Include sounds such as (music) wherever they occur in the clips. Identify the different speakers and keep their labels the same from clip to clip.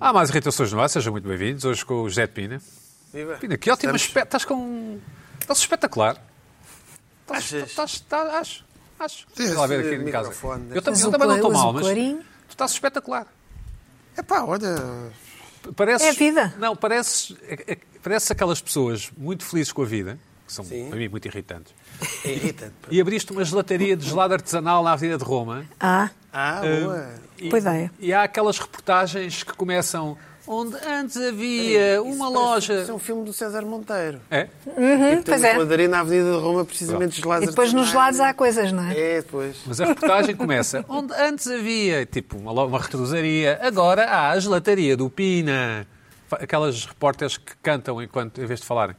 Speaker 1: Há mais irritações no ar, sejam muito bem-vindos. Hoje com o José de Pina.
Speaker 2: Viva.
Speaker 1: Pina, que ótimo
Speaker 2: Estamos-
Speaker 1: aspecto. Estás com. um- Estás espetacular. Estás-
Speaker 2: Achas?
Speaker 1: Estás. estás- Acho. Acho.
Speaker 2: Tens
Speaker 1: Vou lá ver aqui em casa.
Speaker 2: microfone, né?
Speaker 1: Eu também,
Speaker 3: Mas
Speaker 1: eu
Speaker 3: o
Speaker 1: também não
Speaker 3: cla-
Speaker 1: estou
Speaker 3: mas
Speaker 1: mal,
Speaker 3: o
Speaker 1: mas.
Speaker 3: clarinho?
Speaker 1: Tu estás espetacular.
Speaker 2: Epá, olha.
Speaker 1: Pareces,
Speaker 3: É a vida.
Speaker 1: Não, pareces, é- é- pareces aquelas pessoas muito felizes com a vida, que são, para mim, muito irritantes.
Speaker 2: Irrita-te.
Speaker 1: E abriste uma gelataria de gelado artesanal na Avenida de Roma.
Speaker 3: Ah,
Speaker 2: Ah, boa.
Speaker 1: E,
Speaker 3: Pois é.
Speaker 1: E há aquelas reportagens que começam onde antes havia uma
Speaker 2: Isso
Speaker 1: loja.
Speaker 2: parece- Isso é um filme do César Monteiro.
Speaker 1: É?
Speaker 3: uhum,
Speaker 2: Tem
Speaker 3: pois
Speaker 2: uma
Speaker 3: é.
Speaker 2: padaria na Avenida de Roma, precisamente gelados.
Speaker 3: E depois nos
Speaker 2: artesanais.
Speaker 3: lados há coisas, não é?
Speaker 2: É, depois.
Speaker 1: Mas a reportagem começa onde antes havia, tipo, uma, lo- uma retrosaria, agora há a gelataria do Pina. Fa- Aquelas repórteres que cantam enquanto, em vez de falarem.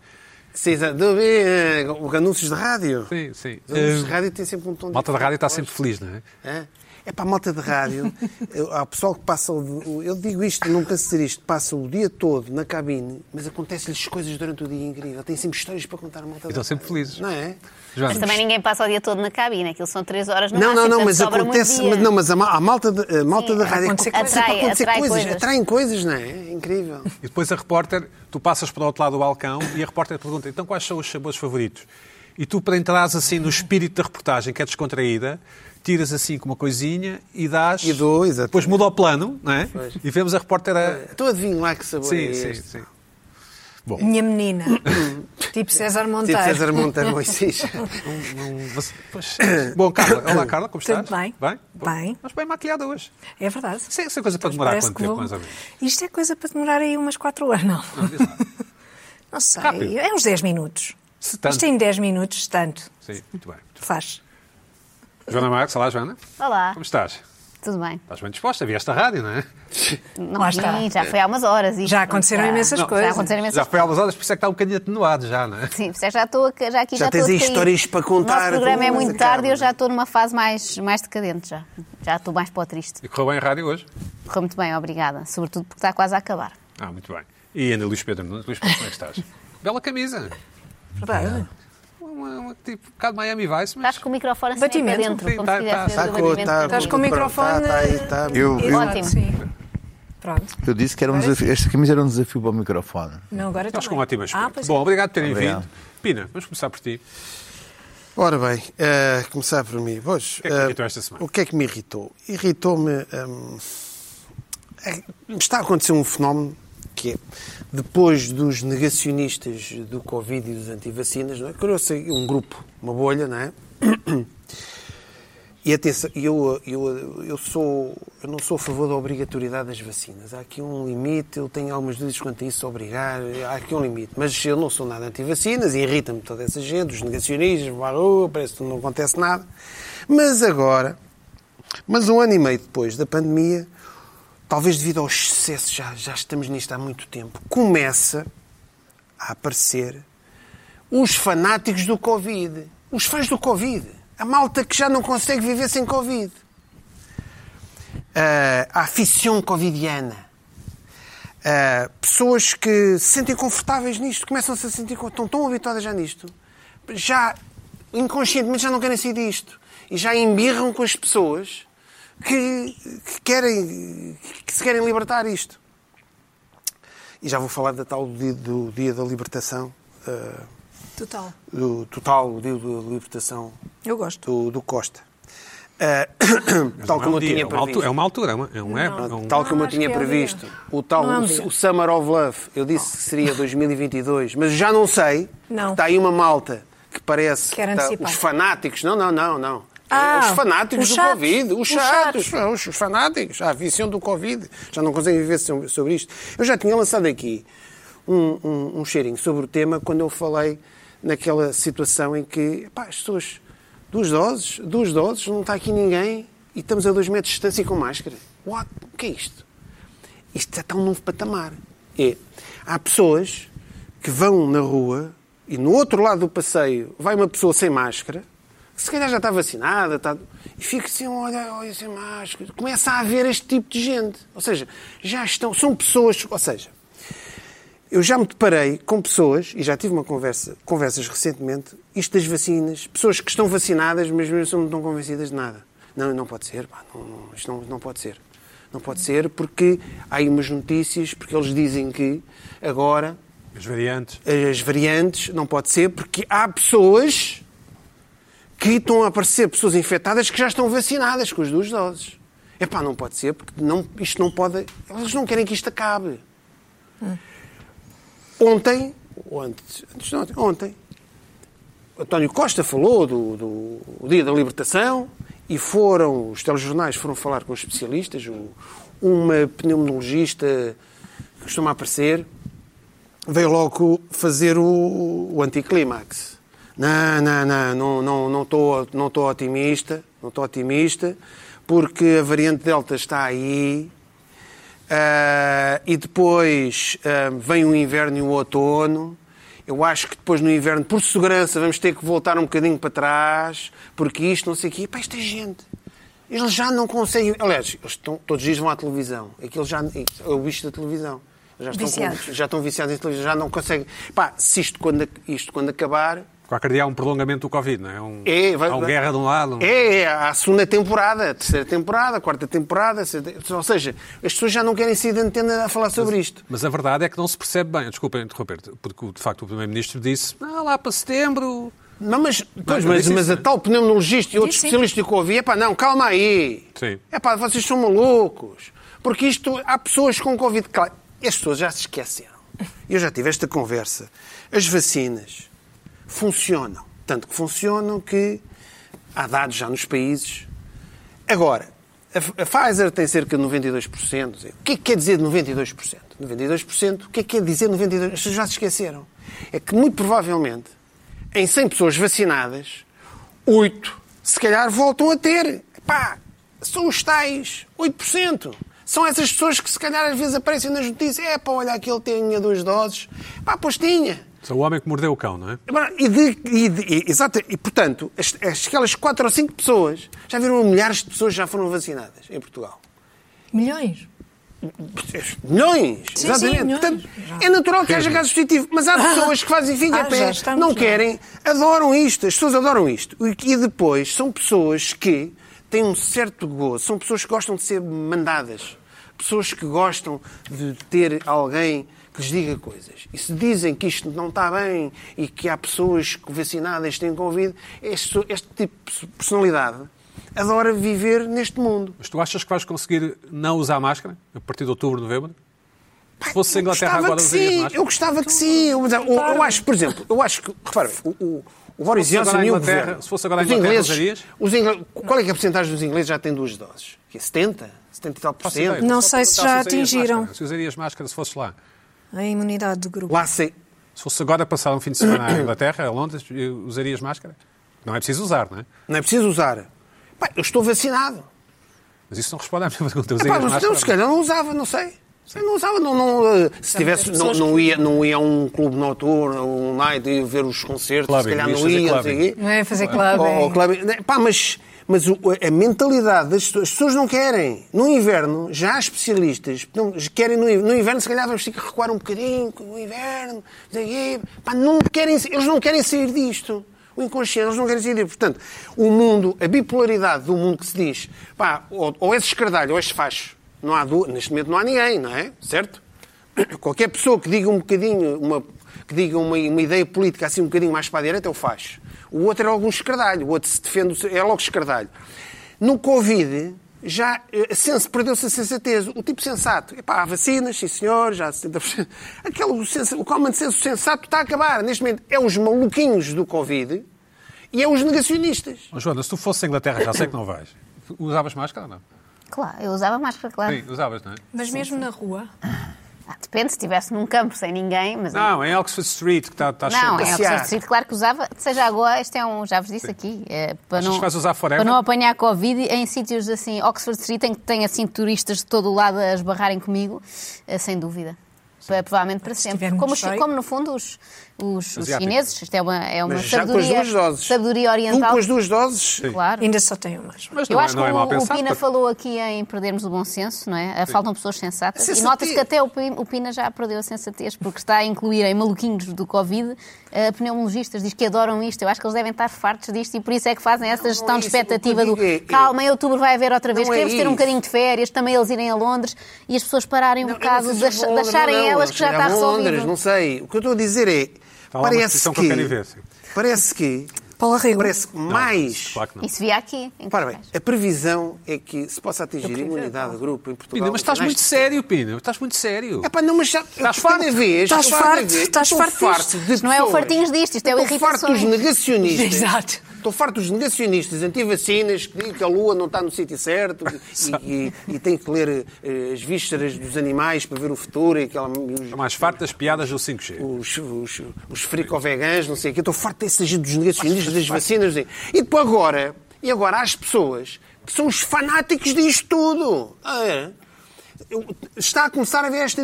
Speaker 2: César, do, eh, anúncios de rádio.
Speaker 1: Sim, sim.
Speaker 2: Os anúncios de
Speaker 1: Eh,
Speaker 2: rádio têm sempre um tom de.
Speaker 1: malta da rádio está sempre feliz, não é?
Speaker 2: Hã? É para a malta de rádio. (laughs) eu- Há pessoal que passa. o- o- Eu digo isto, não canso de dizer isto, passa o dia todo na cabine, mas acontecem-lhes coisas durante o dia incrível. Tem sempre histórias para contar a malta da
Speaker 1: estão sempre
Speaker 2: rádio.
Speaker 1: felizes.
Speaker 2: Não é?
Speaker 1: Joana,
Speaker 4: Mas também ninguém passa o dia todo na cabine, aquilo são três horas no
Speaker 2: Não, não,
Speaker 4: máximo,
Speaker 2: não,
Speaker 4: portanto,
Speaker 2: mas
Speaker 4: sobra muito
Speaker 2: acontece.
Speaker 4: dia.
Speaker 2: Mas, não, mas a, ma- a malta, de, a malta
Speaker 4: Sim,
Speaker 2: da rádio
Speaker 3: acontece
Speaker 2: acontece
Speaker 4: coisas.
Speaker 2: para acontecer
Speaker 4: Atrai- atrai
Speaker 2: coisas,
Speaker 4: coisas.
Speaker 2: atraem coisas, não é? É incrível.
Speaker 1: E depois a repórter, tu passas para o outro lado do balcão e a repórter pergunta: então quais são os sabores favoritos? E tu, para entrares assim no espírito da reportagem, que é descontraída, tiras assim com uma coisinha e dás.
Speaker 2: E dou, exato.
Speaker 1: Depois muda o plano, não é?
Speaker 2: Pois.
Speaker 1: E vemos a repórter. A...
Speaker 2: Estou a adivinhar lá que sabor é
Speaker 1: Sim, sim,
Speaker 2: este.
Speaker 1: sim.
Speaker 3: Minha menina. tipo César
Speaker 2: Tipo
Speaker 3: Monteiro.
Speaker 2: César é? Monteiro Moisés.
Speaker 1: Mas- (coughs) pois- Bom, Carla, olá Carla, como
Speaker 3: Tudo
Speaker 1: estás?
Speaker 3: bem.
Speaker 1: Bem?
Speaker 3: Bem.
Speaker 1: Mas bem maquilhada hoje.
Speaker 3: É verdade.
Speaker 1: Isso é, isso é coisa para demorar
Speaker 3: Parece
Speaker 1: quanto
Speaker 3: que
Speaker 1: tempo,
Speaker 3: vou-
Speaker 1: mais ou menos?
Speaker 3: Isto é coisa para demorar aí umas 4 horas, não. Não sei.
Speaker 1: Rápido.
Speaker 3: É uns 10 minutos.
Speaker 1: Se tanto.
Speaker 3: Isto é em 10 minutos, tanto.
Speaker 1: Sim, muito bem. muito
Speaker 3: Faz.
Speaker 1: bem. Joana Marques, olá Joana.
Speaker 4: Olá,
Speaker 1: Como estás?
Speaker 4: tudo bem.
Speaker 1: Estás bem disposta? Vieste à rádio, não é?
Speaker 4: Não
Speaker 3: Lá
Speaker 4: vi,
Speaker 3: está.
Speaker 4: já foi há umas horas. isto,
Speaker 3: Já aconteceram
Speaker 4: portanto,
Speaker 3: imensas
Speaker 4: já-
Speaker 3: coisas.
Speaker 4: Já aconteceram
Speaker 1: Já
Speaker 4: imensas
Speaker 1: foi há umas horas, por isso é que está um bocadinho atenuado já, não é?
Speaker 4: Sim, por isso é que já estou a- já aqui
Speaker 2: Já
Speaker 4: já
Speaker 2: tens
Speaker 4: estou a
Speaker 2: aí
Speaker 4: cair.
Speaker 2: histórias para contar,
Speaker 4: O nosso programa é
Speaker 2: tudo,
Speaker 4: muito
Speaker 2: Carla.
Speaker 4: tarde e eu já estou numa fase mais, mais decadente já. Já estou mais para o triste.
Speaker 1: E correu bem a rádio hoje?
Speaker 4: Correu muito bem, obrigada. Sobretudo porque está quase a acabar.
Speaker 1: Ah, muito bem. E Ana Luís Pedro, Ana Luís Pedro, como é que
Speaker 3: (laughs)
Speaker 1: estás? Bela camisa.
Speaker 3: Verdade.
Speaker 1: Uma, uma, tipo, um bocado Miami Vice, mas...
Speaker 4: Estás com o microfone assim
Speaker 3: Batimento.
Speaker 4: para dentro,
Speaker 1: Sim,
Speaker 4: como
Speaker 1: tá-
Speaker 4: se
Speaker 1: tá-
Speaker 4: estivesse
Speaker 1: tá
Speaker 4: dentro do
Speaker 2: com-
Speaker 4: batimento.
Speaker 2: tá-
Speaker 3: Estás com o
Speaker 2: Pronto,
Speaker 3: microfone.
Speaker 2: tá- tá aí, tá.
Speaker 5: Eu- eu-
Speaker 4: Ótimo.
Speaker 3: Sim. Pronto.
Speaker 5: Eu disse que era um desafio, esta camisa era um desafio para o microfone.
Speaker 3: Não, agora
Speaker 1: Estás com
Speaker 3: também.
Speaker 1: um ótimo
Speaker 3: Ah,
Speaker 1: aspecto.
Speaker 3: pois é.
Speaker 1: Bom, obrigado por terem
Speaker 5: Obrigado.
Speaker 1: vindo. Pina, vamos começar por ti.
Speaker 2: Ora bem, eh, começar por mim. Pois,
Speaker 1: que é que te
Speaker 2: eh,
Speaker 1: irritou esta semana?
Speaker 2: O que é que me irritou? Irritou-me. hum, é- está a acontecer um fenómeno que é, depois dos negacionistas do Covid e dos antivacinas, não é? criou-se um grupo, uma bolha, não é? E atenção, eu, eu, eu, sou, eu não sou a favor da obrigatoriedade das vacinas. Há aqui um limite, eu tenho algumas dúvidas quanto a isso, obrigar, há aqui um limite. Mas eu não sou nada anti-vacinas e irrita-me toda essa gente, os negacionistas, vão à rua, parece que não acontece nada. Mas agora, mas um ano e meio depois da pandemia, talvez devido ao excesso, já, já estamos nisto há muito tempo, começa a aparecer os fanáticos do Covid, os fãs do Covid, a malta que já não consegue viver sem Covid, Ah, a aficião covidiana, Ah, pessoas que se sentem confortáveis nisto, começam-se a sentir, co- estão tão habituadas já nisto, já inconscientemente já não querem sair disto e já embirram com as pessoas que, que querem, que se querem libertar disto. E já vou falar da tal do dia, do dia da libertação. ah,
Speaker 3: Total.
Speaker 2: do total de, de libertação
Speaker 3: Eu gosto.
Speaker 2: do, do Costa. Ah,
Speaker 1: Não
Speaker 2: tal
Speaker 1: é um
Speaker 2: como eu
Speaker 1: dia,
Speaker 2: tinha
Speaker 1: é uma altura, é
Speaker 2: previsto.
Speaker 1: uma altura, é uma, é um época, é um-
Speaker 2: Tal
Speaker 3: Não,
Speaker 2: como eu
Speaker 3: acho
Speaker 2: tinha
Speaker 3: que é um
Speaker 2: previsto.
Speaker 3: dia.
Speaker 2: O tal
Speaker 3: Não é um
Speaker 2: o-
Speaker 3: dia.
Speaker 2: o Summer of Love, eu disse que seria 2022, mas já não sei.
Speaker 3: Não.
Speaker 2: Está aí uma malta que parece
Speaker 3: Quer
Speaker 2: que está-
Speaker 3: antecipar.
Speaker 2: os fanáticos. Não, não, não, não.
Speaker 3: Ah,
Speaker 2: É, os fanáticos
Speaker 3: os
Speaker 2: do
Speaker 3: chatos.
Speaker 2: Covid, os
Speaker 3: Os
Speaker 2: chatos,
Speaker 3: chatos.
Speaker 2: os, os fanáticos, a aficião do Covid, já não conseguem viver so- sobre isto. Eu já tinha lançado aqui um, um- um cheirinho sobre o tema quando eu falei naquela situação em que pá, as pessoas, duas doses, duas doses, não está aqui ninguém e estamos a dois metros de distância e com máscara. What? O que é isto? Isto já está um novo patamar. É, há pessoas que vão na rua e no outro lado do passeio vai uma pessoa sem máscara, que se calhar já está vacinada, está- e fica assim, olha, olha, sem máscara. Começa a haver este tipo de gente. Ou seja, já estão, são pessoas, ou seja, eu já me deparei com pessoas, e já tive uma conversa, conversas recentemente, isto das vacinas, pessoas que estão vacinadas, mas mesmo assim não estão convencidas de nada. Não, não pode ser, pá, não, não, isto não, não pode ser. Não pode ser, porque há aí umas notícias, porque eles dizem que agora
Speaker 1: As variantes.
Speaker 2: as variantes, não pode ser, porque há pessoas que estão a aparecer pessoas infectadas que já estão vacinadas com as duas doses. Epá, não pode ser, porque não, isto não pode. Eles não querem que isto acabe. Ontem, ou antes, antes de ontem, ontem, António Costa falou do, do Dia da Libertação e foram, os telejornais foram falar com especialistas, o- uma pneumologista que costuma aparecer, veio logo fazer o, o anticlímax. Não, não, não, não, não, não estou, não estou otimista, não estou otimista, porque a variante Delta está aí ah, e depois ah, vem o inverno e o outono. Eu acho que depois no inverno, por segurança, vamos ter que voltar um bocadinho para trás, porque isto, não sei o quê. Pá, esta gente, eles já não conseguem... Aliás, eles estão, todos os dias vão à televisão. Aquilo já é o bicho da televisão. Eles Já estão, com-
Speaker 3: Viciados.
Speaker 2: já estão viciados em televisão, já não conseguem... Pá, se isto quando, isto quando acabar...
Speaker 1: Qualquer dia há um prolongamento do Covid, não é? Um,
Speaker 2: É, vai-
Speaker 1: há uma guerra de um lado.
Speaker 2: É, é, há a segunda temporada, a terceira temporada, a quarta temporada, a sexta- ou seja, as pessoas já não querem sair da antena a falar sobre isto.
Speaker 1: Mas a verdade é que não se percebe bem. Desculpa interromper-te, porque de facto o Primeiro-Ministro disse ah, lá para setembro.
Speaker 2: Não, mas, pois,
Speaker 1: Mas-
Speaker 2: mas,
Speaker 1: mas
Speaker 2: mas a
Speaker 1: isso-
Speaker 2: tal pneumologista e outro
Speaker 3: Sim, sim.
Speaker 2: especialista que eu ouvi, é pá, não, calma aí.
Speaker 1: Sim.
Speaker 2: É pá, vocês são malucos. Porque isto, há pessoas com Covid. Claro, as pessoas já se esqueceram. Eu já tive esta conversa. As vacinas funcionam. Tanto que funcionam que há dados já nos países. Agora, a F- a Pfizer tem cerca de 92%. O que é que quer dizer 92%? 92%, o que é que quer dizer 92%? As pessoas já se esqueceram. É que, muito provavelmente, em 100 pessoas vacinadas, 8 se calhar voltam a ter. Pá, são os tais 8%. São essas pessoas que se calhar às vezes aparecem nas notícias. É, pá, olha, aquele tinha duas doses. Pá, pois tinha.
Speaker 1: É o homem que mordeu o cão, não é?
Speaker 2: Agora, E, de, e, de- e- exato, e portanto, as- as- aquelas quatro ou cinco pessoas, já viram milhares de pessoas já foram vacinadas em Portugal.
Speaker 3: Milhões.
Speaker 2: Milhões!
Speaker 3: Sim,
Speaker 2: exatamente.
Speaker 3: sim, milhões.
Speaker 2: Portanto,
Speaker 3: Já.
Speaker 2: é natural que haja casos positivos, mas
Speaker 3: (laughs)
Speaker 2: há pessoas que fazem fim
Speaker 3: Ah,
Speaker 2: a
Speaker 3: já
Speaker 2: pé,
Speaker 3: estamos
Speaker 2: não
Speaker 3: lá.
Speaker 2: querem, adoram isto, as pessoas adoram isto. E e depois são pessoas que têm um certo gozo, são pessoas que gostam de ser mandadas, pessoas que gostam de ter alguém que lhes diga coisas. E se dizem que isto não está bem e que há pessoas que vacinadas têm Covid, este, este tipo de personalidade adora viver neste mundo.
Speaker 1: Mas tu achas que vais conseguir não usar máscara a partir de outubro, novembro?
Speaker 2: Pá,
Speaker 1: Se fosse
Speaker 2: eu
Speaker 1: Inglaterra
Speaker 2: gostava
Speaker 1: agora,
Speaker 2: que
Speaker 1: usarias
Speaker 2: sim,
Speaker 1: máscara?
Speaker 2: Eu gostava que sim.
Speaker 1: Então,
Speaker 2: Eu, eu- eu acho, por exemplo, eu acho que, repara, o, o, o Boris
Speaker 1: Se fosse
Speaker 2: Johnson
Speaker 1: agora
Speaker 2: e
Speaker 1: a
Speaker 2: o
Speaker 1: Inglaterra-
Speaker 2: governo,
Speaker 1: se fosse agora a
Speaker 2: os
Speaker 1: Inglaterra,
Speaker 2: ingleses,
Speaker 1: usarias?
Speaker 2: os ingleses, qual é que é a porcentagem dos ingleses já tem duas doses? Que é 70? 70 e tal por
Speaker 1: Faço ideia.
Speaker 2: cento?
Speaker 3: Não
Speaker 1: Só
Speaker 3: sei se
Speaker 1: perguntar
Speaker 3: já
Speaker 1: usarias
Speaker 3: atingiram.
Speaker 1: máscara, Se usarias máscara se fosses lá.
Speaker 3: A imunidade do grupo.
Speaker 2: Lá sei.
Speaker 1: Se fosse agora passar um fim de semana à Inglaterra, a Londres, eh, usarias máscara? Não é preciso usar, não é?
Speaker 2: Não é preciso usar. Pá, eu estou vacinado.
Speaker 1: Mas isso não responde à minha pergunta.
Speaker 2: Epá,
Speaker 1: Usarias
Speaker 2: mas
Speaker 1: máscara?
Speaker 2: não, se calhar não usava, não sei. Eu não usava, não, não, eh, se tivesse,
Speaker 3: as
Speaker 2: não,
Speaker 3: pessoas
Speaker 2: não,
Speaker 3: que-
Speaker 2: ia, não ia a um clube noturno, a um night, ia ver os concertos,
Speaker 1: Clubbing,
Speaker 2: se calhar
Speaker 1: ias
Speaker 2: não
Speaker 1: fazer
Speaker 2: ia, não
Speaker 1: clubbing.
Speaker 2: sei o quê.
Speaker 3: Não é fazer club.
Speaker 2: Oh,
Speaker 3: é-
Speaker 2: oh, Cláudio, né, pá, mas, mas o- a mentalidade das pessoas, as pessoas não querem. No inverno, já há especialistas, não, querem no, in- no inverno, se calhar vamos ter que recuar um bocadinho, que no inverno, não sei o quê. Pá, não querem, eles não querem sair disto. O inconsciente, eles não querem sair disto. Portanto, o mundo, a bipolaridade do mundo que se diz, pá, ou, ou és escardalho ou és facho. Não há, du- neste momento não há ninguém, não é? Certo? (coughs) Qualquer pessoa que diga um bocadinho, uma, que diga uma, uma ideia política assim um bocadinho mais para a direita, eu faz. O outro é logo um escardalho, o outro se defende, o seu- é logo escardalho. No Covid, já eh, a sens- perdeu-se a sensatez. O tipo sensato, epá, há vacinas, sim senhor, já há 70%. (laughs) Aquele, o, sensa- o common sense, o sensato está a acabar. Neste momento, é os maluquinhos do Covid e é os negacionistas.
Speaker 1: Oh, Joana, se tu fosses à Inglaterra, já sei que não vais. Usavas máscara ou não?
Speaker 4: Claro, eu usava máscara, claro.
Speaker 1: Sim, usavas, não é?
Speaker 3: Mas mesmo na rua.
Speaker 4: Ah, depende, se estivesse num campo sem ninguém, mas.
Speaker 1: Não, em Oxford Street, que está tá
Speaker 4: Não,
Speaker 1: cheio
Speaker 4: é
Speaker 1: de-
Speaker 2: passear.
Speaker 4: Oxford Street, claro que usava, seja agora, este é um, já vos disse aqui, é, para,
Speaker 1: Achas
Speaker 4: não,
Speaker 1: que vais usar forever?
Speaker 4: para não apanhar Covid em sítios assim, Oxford Street, em que tem assim turistas de todo o lado a esbarrarem comigo, eh, sem dúvida. Para- provavelmente para sempre.
Speaker 3: tiver muito
Speaker 4: Como, os-
Speaker 3: cheio.
Speaker 4: como, no fundo os, os, os
Speaker 1: Asiático.
Speaker 4: chineses, isto é uma, é uma
Speaker 2: Mas já com as
Speaker 4: sabedoria,
Speaker 2: duas doses.
Speaker 4: sabedoria
Speaker 2: Tu
Speaker 4: oriental.
Speaker 2: com as duas doses,
Speaker 4: Claro.
Speaker 3: Ainda só tenho umas.
Speaker 1: Mas
Speaker 4: Eu
Speaker 1: não é-
Speaker 4: acho
Speaker 1: não
Speaker 4: que
Speaker 1: é
Speaker 4: o,
Speaker 1: mal
Speaker 4: o
Speaker 1: pensado,
Speaker 4: Pina
Speaker 1: porque-
Speaker 4: falou aqui em perdermos o bom senso, não é? Faltam pessoas sensatas.
Speaker 2: A
Speaker 4: E nota-se
Speaker 2: sensatez.
Speaker 4: que até o Pin- o Pina já perdeu a sensatez, porque está a incluir em maluquinhos do Covid eh, pneumologistas, diz que adoram isto. Eu acho que eles devem estar fartos disto e por isso é que fazem essa
Speaker 2: não
Speaker 4: gestão
Speaker 2: é
Speaker 4: de
Speaker 2: isso. O que eu
Speaker 4: expectativa do
Speaker 2: digo é- é-
Speaker 4: calma, em outubro vai haver outra vez,
Speaker 2: Não é
Speaker 4: queremos ter um
Speaker 2: isso.
Speaker 4: bocadinho de férias, também eles irem a Londres e as pessoas pararem um
Speaker 2: Não, eu
Speaker 4: bocado,
Speaker 2: não
Speaker 4: de,
Speaker 2: sei se vou
Speaker 4: ach- de
Speaker 2: a Londres
Speaker 4: acharem
Speaker 2: ou não, é
Speaker 4: elas que já
Speaker 2: chegar a
Speaker 4: está
Speaker 2: Londres,
Speaker 4: resolvido.
Speaker 2: não sei. O que eu estou a dizer é.
Speaker 1: Há lá uma
Speaker 2: parece
Speaker 1: discussão
Speaker 2: que,
Speaker 1: que eu quero ir ver, sim.
Speaker 2: parece que.
Speaker 3: Paula Rego.
Speaker 2: Parece que mais.
Speaker 1: Claro que não.
Speaker 4: Isso via aqui. em
Speaker 2: Para bem,
Speaker 4: Cascais.
Speaker 2: a previsão é que se possa atingir a
Speaker 4: prefiro
Speaker 2: imunidade de grupo em Portugal.
Speaker 1: Pina, mas estás muito sério, Pina. Estás muito sério.
Speaker 2: É pá, não, mas já. Estás
Speaker 1: farto?
Speaker 2: Vez,
Speaker 3: Estás
Speaker 2: cada
Speaker 3: farto?
Speaker 2: vez,
Speaker 3: Estás
Speaker 2: estou
Speaker 3: farto disto?
Speaker 2: farto de
Speaker 4: Isto não é o
Speaker 2: pessoas.
Speaker 4: fartinhos disto, isto é o
Speaker 2: Estou farto dos
Speaker 4: irritações.
Speaker 2: negacionistas.
Speaker 3: Exato.
Speaker 2: Estou farto dos negacionistas anti-vacinas que dizem que a lua não está no sítio certo e, e, e tem que ler eh, as vísceras dos animais para ver o futuro e aquela. e os-
Speaker 1: Estou mais farto das piadas do 5G.
Speaker 2: os, os, os fricovegãs, não sei o quê. Eu estou farto desse agido dos negacionistas das vacinas. não sei. E depois agora, e agora há as pessoas que são os fanáticos disto tudo. Ah, é. Eu- Está a começar a ver esta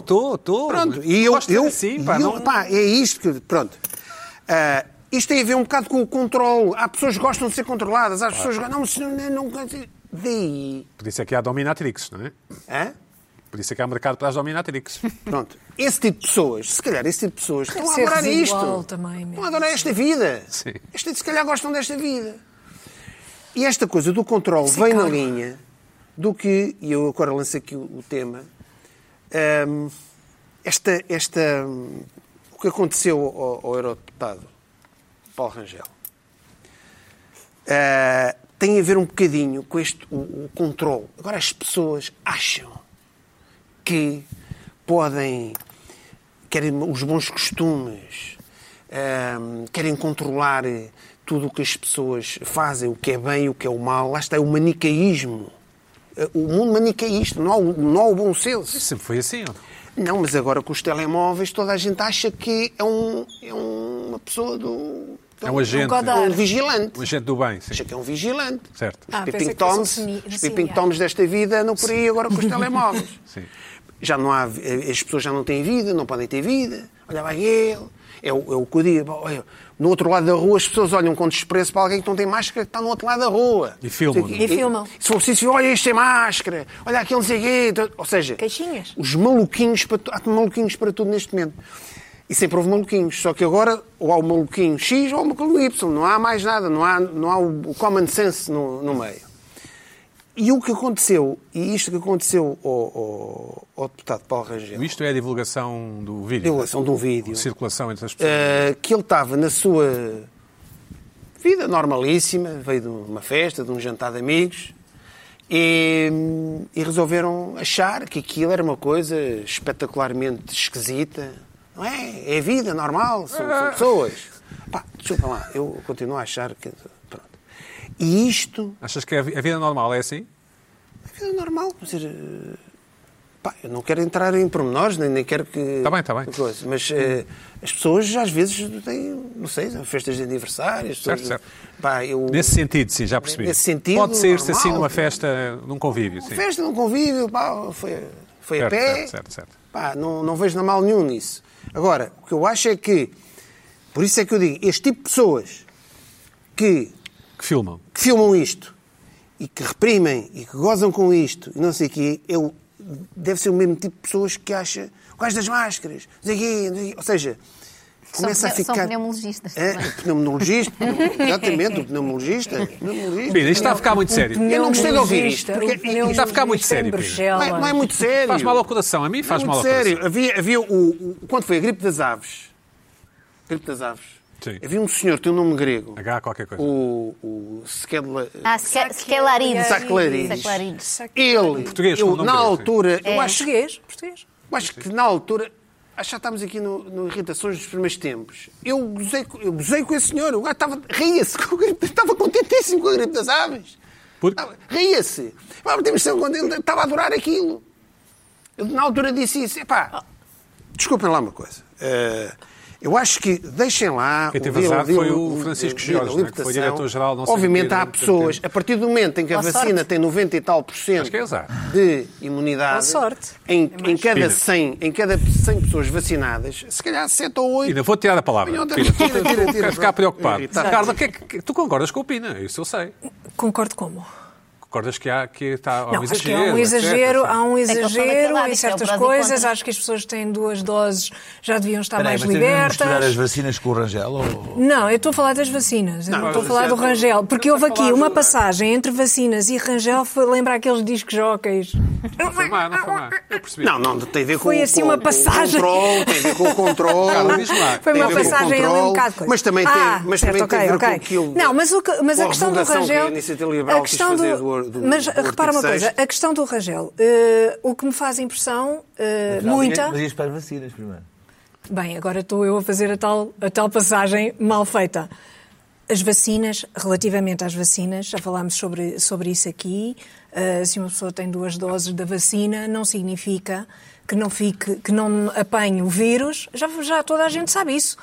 Speaker 1: Tô, tô, tô.
Speaker 2: Pronto, e eu...
Speaker 1: Gosto de ser
Speaker 2: eu,
Speaker 1: assim,
Speaker 2: e
Speaker 1: pá,
Speaker 2: eu-
Speaker 1: não-
Speaker 2: pá, é isto que... Pronto. Ah, isto tem a ver um bocado com o controle. Há pessoas que gostam de ser controladas, há pessoas que... Não, isso não, não, não... Daí...
Speaker 1: Por isso é que há dominatrix, não é?
Speaker 2: Hã?
Speaker 1: Por isso é que há mercado para as dominatrix.
Speaker 2: Pronto. Esse tipo de pessoas, se calhar esse tipo de pessoas, estão a
Speaker 3: ser
Speaker 2: adorar
Speaker 3: residual
Speaker 2: isto.
Speaker 3: também, mesmo.
Speaker 2: estão a adorar esta vida.
Speaker 1: Sim.
Speaker 2: Este, se calhar gostam desta vida. E esta coisa do controle vem na
Speaker 3: calma.
Speaker 2: linha do que, e eu agora lanço aqui o, o tema, hum, esta, esta, hum, o que aconteceu ao, ao eurodeputado Paulo Rangel. Ah, tem a ver um bocadinho com este, o, o controle. Agora as pessoas acham que podem, querem os bons costumes, ahm, querem controlar eh, tudo o que as pessoas fazem, o que é bem e o que é o mal. Lá está o manicaísmo. Eh, O mundo manicaísta, não há, o- não há o bom senso.
Speaker 1: Sempre foi assim. ou não?
Speaker 2: Não, mas agora com os telemóveis toda a gente acha que é, um, é um- uma pessoa do...
Speaker 1: É um agente.
Speaker 2: é um vigilante.
Speaker 1: Um agente do bem,
Speaker 2: Acha
Speaker 1: sim.
Speaker 2: que é um vigilante.
Speaker 1: Certo.
Speaker 2: Os
Speaker 3: Ah, pensei
Speaker 2: peeping
Speaker 3: que fosse um
Speaker 2: toms,
Speaker 3: sini-
Speaker 2: os
Speaker 3: sim,
Speaker 2: peeping
Speaker 3: é.
Speaker 2: toms desta vida andam por aí
Speaker 3: (laughs)
Speaker 2: agora com os telemóveis.
Speaker 1: Sim.
Speaker 2: Já não há, eh, as pessoas já não têm vida, não podem ter vida. Olha, vai ele. É o, é o que eu digo. Olha, no outro lado da rua, as pessoas olham com desprezo para alguém que não tem máscara que está no outro lado da rua.
Speaker 1: E filmam,
Speaker 2: Não sei o
Speaker 1: não
Speaker 2: quê.
Speaker 1: é?
Speaker 3: E filmam.
Speaker 2: Se for preciso, olha, este tem máscara. Olha, aquele não sei o quê. Então, Ou seja,
Speaker 3: Queixinhas.
Speaker 2: os maluquinhos para tu- há maluquinhos para tudo neste momento. E sempre houve maluquinhos, só que agora ou há o maluquinho X ou o maluquinho Y, não há mais nada, não há, não há o o common sense no, no meio. E o que aconteceu, e isto que aconteceu ao, ao- ao deputado Paulo Rangel,
Speaker 1: Isto é a divulgação do vídeo.
Speaker 2: em relação de um vídeo,
Speaker 1: Circulação entre as pessoas.
Speaker 2: eh, que ele estava na sua vida normalíssima, veio de uma festa, de um jantar de amigos, e, e resolveram achar que aquilo era uma coisa espetacularmente esquisita. Não é? É vida normal, são, são pessoas. Pá, desculpa lá, eu continuo a achar que. Pronto. E isto
Speaker 1: Achas que a vi- a vida normal é assim?
Speaker 2: é normal, quer dizer. eh, pá, eu não quero entrar em pormenores, nem, nem quero que.
Speaker 1: Tá bem, tá bem.
Speaker 2: Coisa, mas eh, as pessoas às vezes têm, não sei, festas de aniversário. as pessoas-
Speaker 1: Certo, certo.
Speaker 2: Pá, eu.
Speaker 1: Nesse sentido, sim, já percebi.
Speaker 2: Nesse sentido,
Speaker 1: Pode ser-se assim
Speaker 2: normal.
Speaker 1: numa festa, num convívio, sim.
Speaker 2: Festa num convívio, pá, foi, foi
Speaker 1: Certo,
Speaker 2: a pé.
Speaker 1: certo, certo, certo.
Speaker 2: Pá, não, não vejo mal nenhum nisso. Agora, o que eu acho é que. Por isso é que eu digo, este tipo de pessoas que
Speaker 1: Que filmam.
Speaker 2: que filmam isto e que reprimem e que gozam com isto e não sei o quê, eu, deve ser o mesmo tipo de pessoas que acha o gajo das máscaras, não sei o quê, não sei o quê. ou seja, começa a
Speaker 4: pneu-
Speaker 2: ficar...
Speaker 4: são pneumologistas
Speaker 2: É,
Speaker 4: também.
Speaker 2: pneumologista, exatamente, o pneumologista. o pneumologista.
Speaker 1: Pina, isto está a ficar muito sério.
Speaker 2: Eu não gostei de ouvir isto, porque
Speaker 3: Isto
Speaker 1: está a ficar muito sério, Pedro.
Speaker 2: Não é, não é muito sério.
Speaker 1: Faz mal ao coração, a mim
Speaker 2: Não é
Speaker 1: faz
Speaker 2: muito
Speaker 1: mal ao
Speaker 2: sério.
Speaker 1: coração.
Speaker 2: Havia, havia o, o- Quando foi a gripe das aves? Gripe das aves.
Speaker 1: Sim.
Speaker 2: Havia um senhor, tem um nome grego.
Speaker 1: H é. qualquer coisa.
Speaker 2: O, o Skedla...
Speaker 4: Ah, Sca- Scalarides.
Speaker 2: Saclarides.
Speaker 4: Saclarides.
Speaker 2: Ele,
Speaker 1: Português,
Speaker 2: eu,
Speaker 1: com o nome
Speaker 2: na
Speaker 1: dele, sim.
Speaker 2: altura,
Speaker 4: É.
Speaker 2: eu acho,
Speaker 3: Português, português.
Speaker 2: eu acho que na altura, acho que já estamos aqui no, no Irritações dos Primeiros Tempos. Eu gozei, co- eu gozei com esse senhor, o gajo estava, ria-se, com a gripe, estava contentíssimo com a gripe das aves.
Speaker 1: Porque-
Speaker 2: Estava- Ah, Ria-se. Ah, temos de ser contente, estava a adorar aquilo.
Speaker 3: Ah.
Speaker 2: Eu, na altura disse isso, epá, desculpem lá uma coisa. Eh, Eu acho que deixem lá.
Speaker 1: Quem teve
Speaker 2: o dia-
Speaker 1: azar
Speaker 2: o dia-
Speaker 1: foi o
Speaker 2: dia-
Speaker 1: Francisco
Speaker 2: o dia
Speaker 1: Jorge,
Speaker 2: da
Speaker 1: né, que foi
Speaker 2: libertação.
Speaker 1: diretor-geral, não sei
Speaker 2: Obviamente
Speaker 1: de quê,
Speaker 2: há
Speaker 1: de-
Speaker 2: pessoas, a partir do momento em que a
Speaker 3: Ou
Speaker 2: vacina
Speaker 3: sorte.
Speaker 2: tem 90 e tal por cento
Speaker 1: Acho que é azar.
Speaker 2: de imunidade,
Speaker 3: Ou sorte.
Speaker 2: Em,
Speaker 3: É
Speaker 2: em
Speaker 3: mais.
Speaker 2: cada
Speaker 1: Pina.
Speaker 2: 100, em cada 100 pessoas vacinadas, se calhar 7 ou 8
Speaker 1: Pina, vou tirar a palavra.
Speaker 2: Pina,
Speaker 1: Pina, tu-
Speaker 2: tira,
Speaker 1: tu-
Speaker 2: tira,
Speaker 1: quero
Speaker 2: tira,
Speaker 1: ficar
Speaker 2: pronto.
Speaker 1: preocupado.
Speaker 2: Irritado.
Speaker 1: Carla, que é que- tu concordas com o Pina? Isso eu sei.
Speaker 3: Concordo como?
Speaker 1: Concordas que, há, que está há um
Speaker 3: Não, acho que
Speaker 1: exagero.
Speaker 3: há um
Speaker 1: etc.
Speaker 3: exagero, há
Speaker 1: É
Speaker 3: um
Speaker 4: que eles estão
Speaker 3: exagero
Speaker 4: naquela,
Speaker 3: em
Speaker 4: isto é o
Speaker 3: certas
Speaker 4: prós e
Speaker 3: coisas.
Speaker 4: contras.
Speaker 3: Acho que as pessoas que têm duas doses já deviam estar
Speaker 6: Peraí,
Speaker 3: mais
Speaker 6: mas temos de misturar as
Speaker 3: libertas.
Speaker 6: vacinas com o Rangel? Ou...
Speaker 3: Não, eu estou a falar das vacinas, eu não, estou a
Speaker 1: é
Speaker 3: falar do Rangel, porque houve aqui uma passagem entre vacinas e Rangel foi lembrar aqueles discos jóqueis.
Speaker 1: Foi má, não foi má. Eu percebi.
Speaker 2: Não, não, tem a ver com
Speaker 3: Foi assim
Speaker 2: com-
Speaker 3: uma
Speaker 2: com o
Speaker 3: passagem.
Speaker 2: controle, tem a ver com o controle.
Speaker 1: Carla, diz lá.
Speaker 3: Tá Foi
Speaker 2: Tem a
Speaker 3: uma
Speaker 2: ver com o
Speaker 3: passagem ali um
Speaker 2: controle,
Speaker 3: bocado coisa.
Speaker 2: Mas também tem,
Speaker 3: ah,
Speaker 2: mas
Speaker 3: certo,
Speaker 2: também tem a ver
Speaker 3: ok,
Speaker 2: com
Speaker 3: ok.
Speaker 2: aquilo.
Speaker 3: Não, mas, o que- mas
Speaker 2: com
Speaker 3: a questão do
Speaker 2: revogação que
Speaker 3: Rangel.
Speaker 2: a Iniciativa Liberal
Speaker 3: a questão
Speaker 2: quis fazer
Speaker 3: do,
Speaker 2: do, do,
Speaker 3: mas
Speaker 2: do artigo
Speaker 3: repara uma
Speaker 2: 6.
Speaker 3: coisa, a questão do Rangel, eh, o que me faz impressão, eh, muita.
Speaker 6: Mas ias para as vacinas primeiro.
Speaker 3: Bem, agora estou eu a fazer a tal, a tal passagem mal feita. As vacinas, relativamente às vacinas, já falámos sobre, sobre isso aqui. eh, se uma pessoa tem duas doses da vacina, não significa que não, fique, que não apanhe o vírus. Já, já toda a gente sabe isso.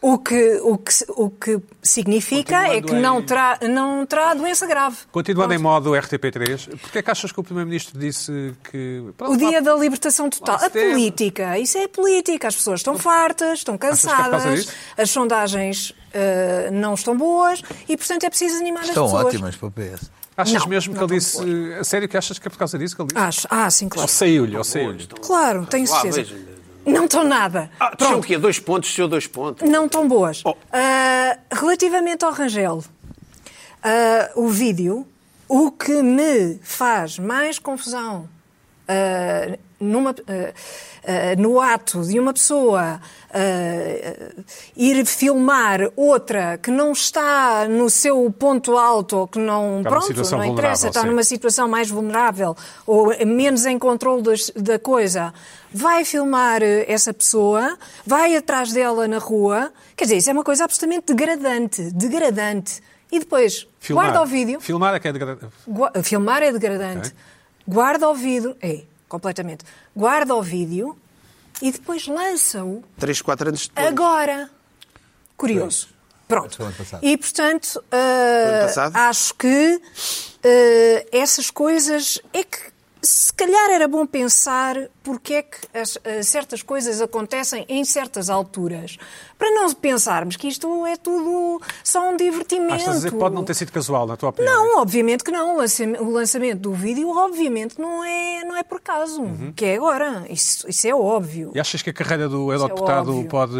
Speaker 3: O que, o que, se- o que significa
Speaker 1: Tá.
Speaker 3: é que
Speaker 1: Continuando
Speaker 3: não
Speaker 1: em-
Speaker 3: terá, não terá doença grave.
Speaker 1: Continuando em
Speaker 3: Pronto.
Speaker 1: modo RTP3, porquê é que achas que o Primeiro-Ministro disse que... Pronto,
Speaker 3: O dia
Speaker 1: lá-
Speaker 3: da libertação total.
Speaker 1: lá se
Speaker 3: A
Speaker 1: teve.
Speaker 3: política, isso é política. As pessoas estão fartas, estão
Speaker 1: que é por causa
Speaker 3: cansadas,
Speaker 1: disso?
Speaker 3: as sondagens ah, não estão boas e, portanto, é preciso animar
Speaker 6: Estão
Speaker 3: as pessoas.
Speaker 6: ótimas para o PS.
Speaker 1: Achas
Speaker 3: Não,
Speaker 1: mesmo que
Speaker 3: não
Speaker 1: ele
Speaker 3: estou
Speaker 1: disse... A sério que achas que é por causa disso que ele disse?
Speaker 3: Acho. Ah, sim,
Speaker 1: Ou
Speaker 3: claro.
Speaker 1: saiu-lhe, ou saiu-lhe.
Speaker 3: Claro, tenho
Speaker 2: Lá,
Speaker 3: certeza.
Speaker 2: veja.
Speaker 3: Não estão nada.
Speaker 2: Ah, Pronto. o quê? Dois pontos, seu dois pontos.
Speaker 3: Não tão boas.
Speaker 1: Oh.
Speaker 3: Ah, relativamente ao Rangel, ah, o vídeo, o que me faz mais confusão ah, numa, ah, ah, no ato de uma pessoa ah, ah, ir filmar outra que não está no seu ponto alto, ou que
Speaker 1: Está
Speaker 3: não.
Speaker 1: numa
Speaker 3: pronto,
Speaker 1: situação
Speaker 3: não interessa,
Speaker 1: vulnerável,
Speaker 3: está
Speaker 1: sim.
Speaker 3: numa situação mais vulnerável ou menos em controle das- da coisa, vai filmar eh, essa pessoa, vai atrás dela na rua. Quer dizer, isso é uma coisa absolutamente degradante, degradante. E depois,
Speaker 1: Filmar.
Speaker 3: guarda o vídeo.
Speaker 1: Filmar é que é degradante.
Speaker 3: Gua- Filmar é degradante.
Speaker 1: Ok.
Speaker 3: Guarda o vídeo. É, completamente. Guarda o vídeo e depois lança-o
Speaker 2: Três, quatro anos depois.
Speaker 3: Agora. Curioso. Pronto.
Speaker 6: Foi ano passado.
Speaker 3: E, portanto, uh,
Speaker 2: ano passado?
Speaker 3: acho que uh, essas coisas é que se calhar era bom pensar porque é que as- uh, certas coisas acontecem em certas alturas. Para não pensarmos que isto é tudo só um divertimento.
Speaker 1: Achas dizer que pode não ter sido casual, na tua opinião?
Speaker 3: Não, obviamente que não. O lançam- O lançamento do vídeo, obviamente, não é, não é por acaso. Que é agora. Isso, isso é óbvio.
Speaker 1: E achas que a carreira do
Speaker 3: Isso é
Speaker 1: eurodeputado
Speaker 3: óbvio.
Speaker 1: pode